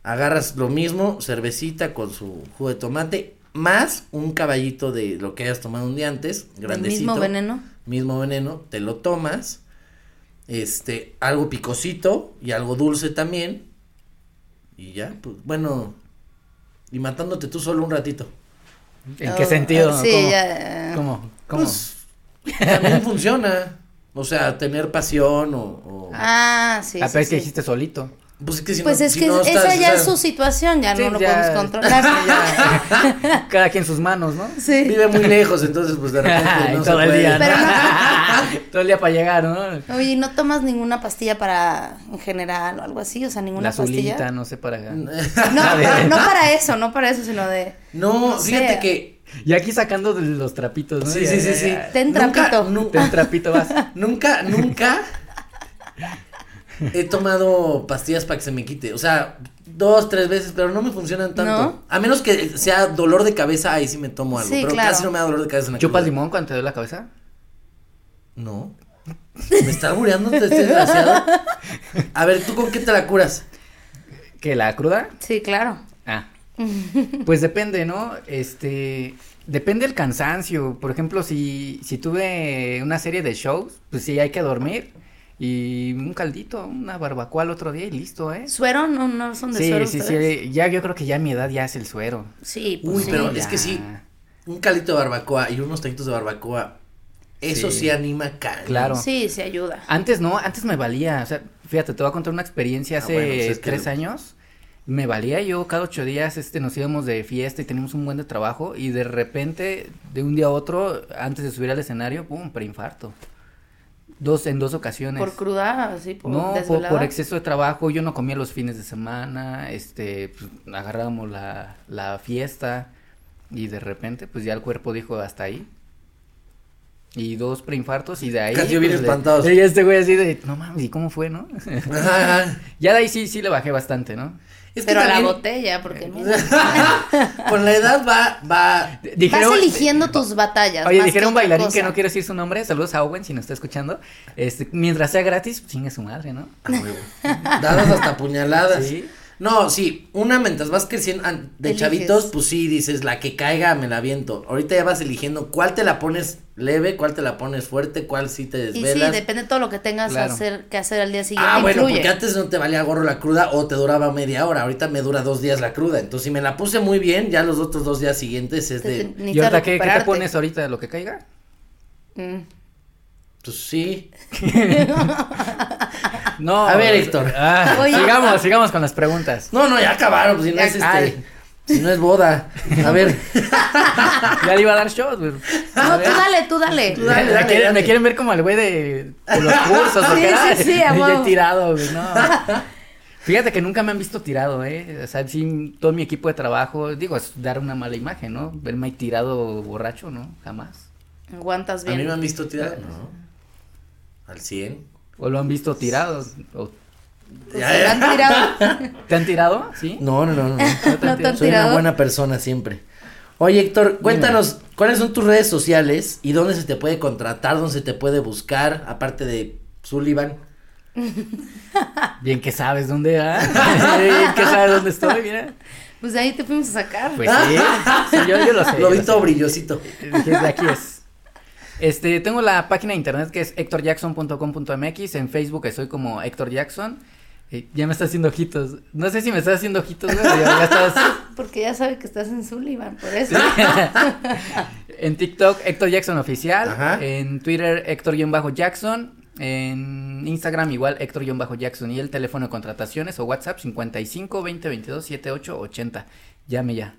Speaker 1: Agarras lo mismo, cervecita con su jugo de tomate, más un caballito de lo que hayas tomado un día antes,
Speaker 2: El
Speaker 1: grandecito.
Speaker 2: mismo veneno.
Speaker 1: Mismo veneno, te lo tomas. Este, algo picosito y algo dulce también. Y ya, pues, bueno. Y matándote tú solo un ratito.
Speaker 3: ¿En qué
Speaker 2: Oh,
Speaker 3: sentido?
Speaker 2: Sí,
Speaker 3: ¿Cómo?
Speaker 2: ya. eh,
Speaker 3: ¿Cómo? ¿Cómo?
Speaker 1: Pues, también funciona. O sea, tener pasión o. o-
Speaker 2: Ah, sí.
Speaker 3: Ah,
Speaker 2: sí,
Speaker 3: pero es
Speaker 2: sí.
Speaker 3: que dijiste solito.
Speaker 1: Pues es que si
Speaker 2: Pues
Speaker 1: no-
Speaker 2: es
Speaker 1: si
Speaker 2: que
Speaker 1: no
Speaker 2: esa
Speaker 1: estás,
Speaker 2: ya
Speaker 1: o sea,
Speaker 2: es su situación, ya
Speaker 3: Sí,
Speaker 2: Ah, no lo
Speaker 3: ya-
Speaker 2: podemos controlar.
Speaker 3: ya. Cada quien sus manos, ¿no?
Speaker 2: Sí.
Speaker 1: Vive muy lejos, entonces pues de repente
Speaker 3: Ay,
Speaker 1: no se
Speaker 3: todo el
Speaker 1: puede.
Speaker 3: día, ¿no?
Speaker 2: Pero
Speaker 3: todo el día para llegar, ¿no?
Speaker 2: Oye, ¿y no tomas ninguna pastilla para en general o algo así? O sea, ninguna
Speaker 3: La
Speaker 2: pastilla.
Speaker 3: azulita, no sé para.
Speaker 2: No,
Speaker 3: La de-
Speaker 2: pero no para eso, no para eso, sino de.
Speaker 1: No,
Speaker 2: No sé.
Speaker 1: fíjate que
Speaker 3: Y aquí sacando de los trapitos, ¿no?
Speaker 1: sí,
Speaker 3: Ya,
Speaker 1: sí, sí,
Speaker 3: ya,
Speaker 1: sí.
Speaker 3: ya.
Speaker 2: Ten
Speaker 1: Nunca-
Speaker 2: trapito.
Speaker 1: nu-
Speaker 3: Ten trapito vas.
Speaker 1: nunca, nunca he tomado pastillas para que se me quite. O sea, dos, tres veces, pero no me funcionan tanto.
Speaker 2: ¿No?
Speaker 1: A menos que sea dolor de cabeza, ahí sí me tomo algo.
Speaker 2: Sí,
Speaker 1: pero
Speaker 2: claro.
Speaker 1: casi no me da dolor de cabeza en la
Speaker 3: ¿Chupas
Speaker 1: cruda.
Speaker 3: limón cuando te duele la cabeza?
Speaker 1: No. Me está albureando este desgraciado. A ver, ¿tú con qué te la curas?
Speaker 3: ¿Que la cruda?
Speaker 2: Sí, claro.
Speaker 3: Ah. Pues depende, ¿no? Este, depende el cansancio. Por ejemplo, si, si tuve una serie de shows, pues sí hay que dormir y un caldito, una barbacoa al otro día y listo, ¿eh?
Speaker 2: ¿Suero? No, no son de
Speaker 3: Sí,
Speaker 2: suero.
Speaker 3: sí,
Speaker 2: ustedes?
Speaker 3: sí, ya yo creo que ya a mi edad ya es el suero.
Speaker 2: Sí, pues
Speaker 1: Uy,
Speaker 2: sí.
Speaker 1: pero
Speaker 3: ya.
Speaker 1: es que sí, un calito de barbacoa y unos taquitos de barbacoa, eso
Speaker 3: Sí.
Speaker 1: sí, anima cañón.
Speaker 3: Claro. Ah,
Speaker 2: Sí, se ayuda.
Speaker 3: Antes no, antes me valía, o sea, fíjate, te voy a contar una experiencia
Speaker 1: Ah,
Speaker 3: hace
Speaker 1: bueno, pues es que-
Speaker 3: tres años. Me valía yo cada ocho días, este, nos íbamos de fiesta y teníamos un buen de trabajo y de repente, de un día a otro, antes de subir al escenario, pum, preinfarto. Dos, en dos ocasiones.
Speaker 2: Por cruda, así, por
Speaker 3: No, po- por,
Speaker 2: desvelada.
Speaker 3: exceso de trabajo, yo no comía los fines de semana, este, pues, agarrábamos la, la fiesta y de repente, pues ya el cuerpo dijo hasta ahí. Y dos preinfartos y de ahí.
Speaker 1: Casi bien
Speaker 3: pues, le-
Speaker 1: espantados.
Speaker 3: Y este güey así de, no mames, ¿y cómo fue, no?
Speaker 1: Ajá, ajá.
Speaker 3: ya de ahí sí, sí le bajé bastante, ¿no?
Speaker 1: Es que
Speaker 2: Pero a la
Speaker 1: también-
Speaker 2: botella,
Speaker 3: Eh,
Speaker 2: porque mira.
Speaker 1: Con la edad va, va.
Speaker 3: D-
Speaker 2: Vas
Speaker 3: dijeron- eh,
Speaker 2: eligiendo tus batallas.
Speaker 3: Oye,
Speaker 2: más
Speaker 3: dijeron un
Speaker 2: otra
Speaker 3: bailarín que
Speaker 2: cosa.
Speaker 3: no quiero decir su nombre, saludos a Owen si nos está escuchando. Este, mientras sea gratis, pues, chingue su madre, ¿no?
Speaker 1: Ah, Dadas hasta puñaladas.
Speaker 3: Sí.
Speaker 1: No, sí, una mientras vas creciendo an- de
Speaker 2: Eliges.
Speaker 1: chavitos, pues sí, dices, la que caiga me la viento. Ahorita ya vas eligiendo cuál te la pones leve, cuál te la pones fuerte, cuál sí te
Speaker 2: Y
Speaker 1: desvelas.
Speaker 2: sí, depende de todo lo que tengas
Speaker 3: Claro.
Speaker 2: hacer, que hacer al día siguiente.
Speaker 1: Ah, bueno,
Speaker 2: Influye.
Speaker 1: porque antes no te valía gorro la cruda o te duraba media hora. Ahorita me dura dos días la cruda. Entonces, si me la puse muy bien, ya los otros dos días siguientes es
Speaker 2: Te- te-
Speaker 1: de.
Speaker 3: ¿Y
Speaker 2: necesitas
Speaker 3: ahorita qué, qué te
Speaker 2: recuperarte.
Speaker 3: pones ahorita? ¿Lo que caiga?
Speaker 2: Mm.
Speaker 1: Pues sí.
Speaker 3: No.
Speaker 1: A ver, Héctor.
Speaker 3: Ah,
Speaker 2: Oye.
Speaker 3: sigamos, sigamos con las preguntas.
Speaker 1: No, no, ya acabaron. Pues, si no
Speaker 2: Ya-
Speaker 1: es este.
Speaker 3: Ay.
Speaker 1: Si no es boda. A ver.
Speaker 3: Ya le iba a dar shot, güey.
Speaker 2: No, tú dale, tú dale.
Speaker 1: Tú dale,
Speaker 3: Ya
Speaker 1: dale,
Speaker 3: quieren-
Speaker 1: dale.
Speaker 3: Me quieren ver como el güey de, de los cursos.
Speaker 2: Sí,
Speaker 3: o qué era.
Speaker 2: sí, sí, a
Speaker 3: Ya
Speaker 2: huevo.
Speaker 3: tirado, güey, no. Fíjate que nunca me han visto tirado, ¿eh? O sea, sí, todo mi equipo de trabajo, digo, es dar una mala imagen, ¿no? Verme ahí tirado borracho, ¿no? Jamás.
Speaker 2: Aguantas
Speaker 1: A mí me
Speaker 2: bien.
Speaker 1: han visto tirado. No. Al 100.
Speaker 3: O lo han visto tirado. o-
Speaker 2: Pues se la han tirado.
Speaker 3: ¿Te han tirado? ¿Sí?
Speaker 1: No, no, no. no.
Speaker 2: No te han
Speaker 1: Soy
Speaker 2: tirado.
Speaker 1: una buena persona siempre. Oye, Héctor, cuéntanos, ¿cuáles son tus redes sociales y dónde se te puede contratar, dónde se te puede buscar, aparte de Sullivan?
Speaker 3: Bien que sabes dónde, ah? Bien que sabes dónde estoy, mira.
Speaker 2: Pues de ahí te fuimos a sacar.
Speaker 3: Pues sí, sí, yo, yo lo sé.
Speaker 1: Ah, Lo
Speaker 3: yo
Speaker 1: vi
Speaker 3: sé.
Speaker 1: todo brillosito.
Speaker 3: Dije, de aquí es. Este, tengo la página de internet que es hectorjackson.com.mx. En Facebook estoy como Héctor Jackson. Eh, ya me está haciendo ojitos. No sé si me estás haciendo ojitos, güey. o Ya, ya estás.
Speaker 2: Porque ya sabe que estás en Sullivan, por eso.
Speaker 3: en TikTok, Héctor Jackson Oficial.
Speaker 1: Ajá.
Speaker 3: En Twitter, Héctor-Jackson. En Instagram, igual Héctor-Jackson. Y el teléfono de contrataciones o WhatsApp 55 20 22 78 80. Llame ya.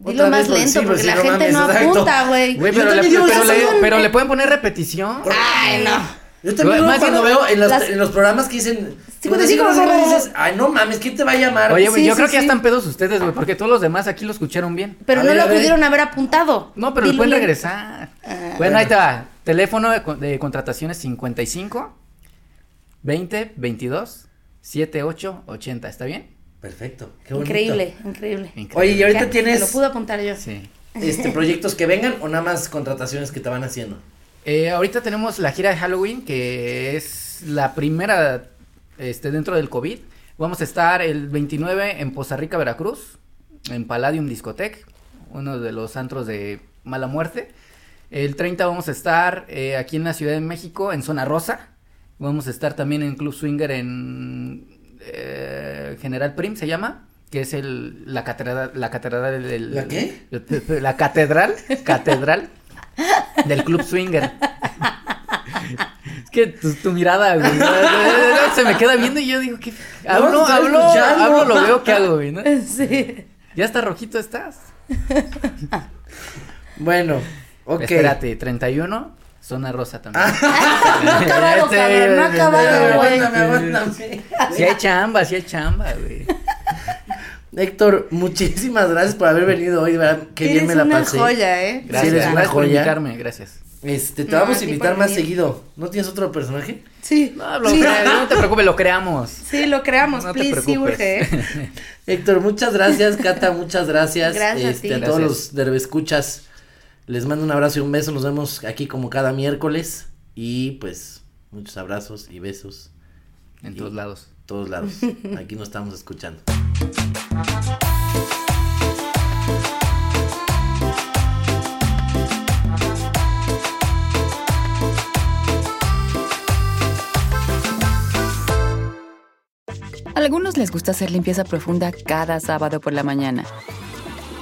Speaker 2: Dilo
Speaker 1: Otra vez
Speaker 2: más
Speaker 1: lo- sí,
Speaker 2: lento, porque
Speaker 1: pues sí,
Speaker 2: la
Speaker 1: no
Speaker 2: gente
Speaker 1: mames,
Speaker 2: no
Speaker 1: exacto.
Speaker 2: apunta, güey.
Speaker 3: Güey, pero, le,
Speaker 1: también digo,
Speaker 3: pero
Speaker 1: yo soy
Speaker 3: le-
Speaker 1: un-
Speaker 3: pero le pueden poner repetición.
Speaker 2: Ay, no.
Speaker 1: Yo también luego
Speaker 3: Más
Speaker 1: cuando
Speaker 3: bien,
Speaker 1: veo en los,
Speaker 2: las-
Speaker 1: en los programas que dicen.
Speaker 2: Sí,
Speaker 1: cuando
Speaker 2: sí,
Speaker 1: dicen
Speaker 2: como-
Speaker 1: cosas, dices, ay, no mames, ¿quién te va a llamar?
Speaker 3: Oye, güey,
Speaker 2: Sí,
Speaker 3: yo
Speaker 2: sí,
Speaker 3: creo que ya
Speaker 2: sí.
Speaker 3: están pedos ustedes, güey, porque todos los demás aquí lo escucharon bien.
Speaker 2: Pero
Speaker 1: A
Speaker 2: no
Speaker 1: ver, a
Speaker 2: lo
Speaker 1: ver.
Speaker 2: pudieron haber apuntado.
Speaker 3: No, pero lo
Speaker 2: Dilo
Speaker 3: pueden
Speaker 2: lento.
Speaker 3: regresar. bueno, ahí te va. Teléfono de, co- de contrataciones 55 20 22 78 80. ¿Está bien?
Speaker 1: Perfecto. qué bonito.
Speaker 2: Increíble, increíble.
Speaker 1: Oye, y ahorita
Speaker 2: Ya,
Speaker 1: tienes
Speaker 2: Lo pude apuntar yo.
Speaker 3: Sí.
Speaker 1: este, proyectos que vengan o nada más contrataciones que te van haciendo.
Speaker 3: Eh, ahorita tenemos la gira de Halloween, que es la primera este, dentro del COVID. Vamos a estar el 29 en Poza Rica, Veracruz, en Palladium Discotec, uno de los antros de mala muerte. El 30 vamos a estar eh, aquí en la Ciudad de México, en Zona Rosa. Vamos a estar también en Club Swinger en eh, General Prim, se llama, que es el, la catedral, la catedral del...
Speaker 1: ¿La qué?
Speaker 3: La catedral, catedral del Club Swinger. Es que tu, tu mirada, güey, se me queda viendo y yo digo que... Hablo,
Speaker 1: No, estoy
Speaker 3: hablo,
Speaker 1: escuchando.
Speaker 3: hablo, lo veo, que hago, güey? no?
Speaker 2: Sí.
Speaker 3: Ya está rojito estás.
Speaker 1: Bueno, ok.
Speaker 3: Espérate, 31, zona rosa también.
Speaker 1: Ah.
Speaker 2: No ha acabado, cabrón, no ha acabado, güey.
Speaker 1: Aguántame, aguántame.
Speaker 3: Si hay chamba, si hay chamba, güey.
Speaker 1: Héctor, muchísimas gracias por haber venido hoy, de ¿verdad? Qué bien
Speaker 2: Eres
Speaker 1: me la
Speaker 2: una
Speaker 1: pasé.
Speaker 2: joya, ¿eh?
Speaker 1: Gracias,
Speaker 3: Gracias,
Speaker 1: eres una
Speaker 3: gracias por
Speaker 1: joya.
Speaker 3: invitarme, gracias.
Speaker 1: Este, te
Speaker 2: No,
Speaker 1: vamos
Speaker 2: a
Speaker 1: a
Speaker 2: ti por
Speaker 1: invitar más
Speaker 2: venir.
Speaker 1: seguido. ¿No tienes otro personaje?
Speaker 2: Sí.
Speaker 3: No, lo
Speaker 2: sí,
Speaker 3: cre- no te preocupes, lo creamos.
Speaker 2: sí, lo creamos,
Speaker 3: No te
Speaker 2: please, sí
Speaker 3: preocupes.
Speaker 2: urge, ¿eh?
Speaker 1: Héctor, muchas gracias, Cata, muchas gracias.
Speaker 2: Gracias a
Speaker 1: Este,
Speaker 2: ti.
Speaker 1: a todos
Speaker 3: Gracias.
Speaker 1: los derbescuchas. Les mando un abrazo y un beso. Nos vemos aquí como cada miércoles. Y pues, muchos abrazos y besos.
Speaker 3: En todos lados.
Speaker 1: todos lados. Aquí nos estamos escuchando.
Speaker 5: Algunos les gusta hacer limpieza profunda cada sábado por la mañana.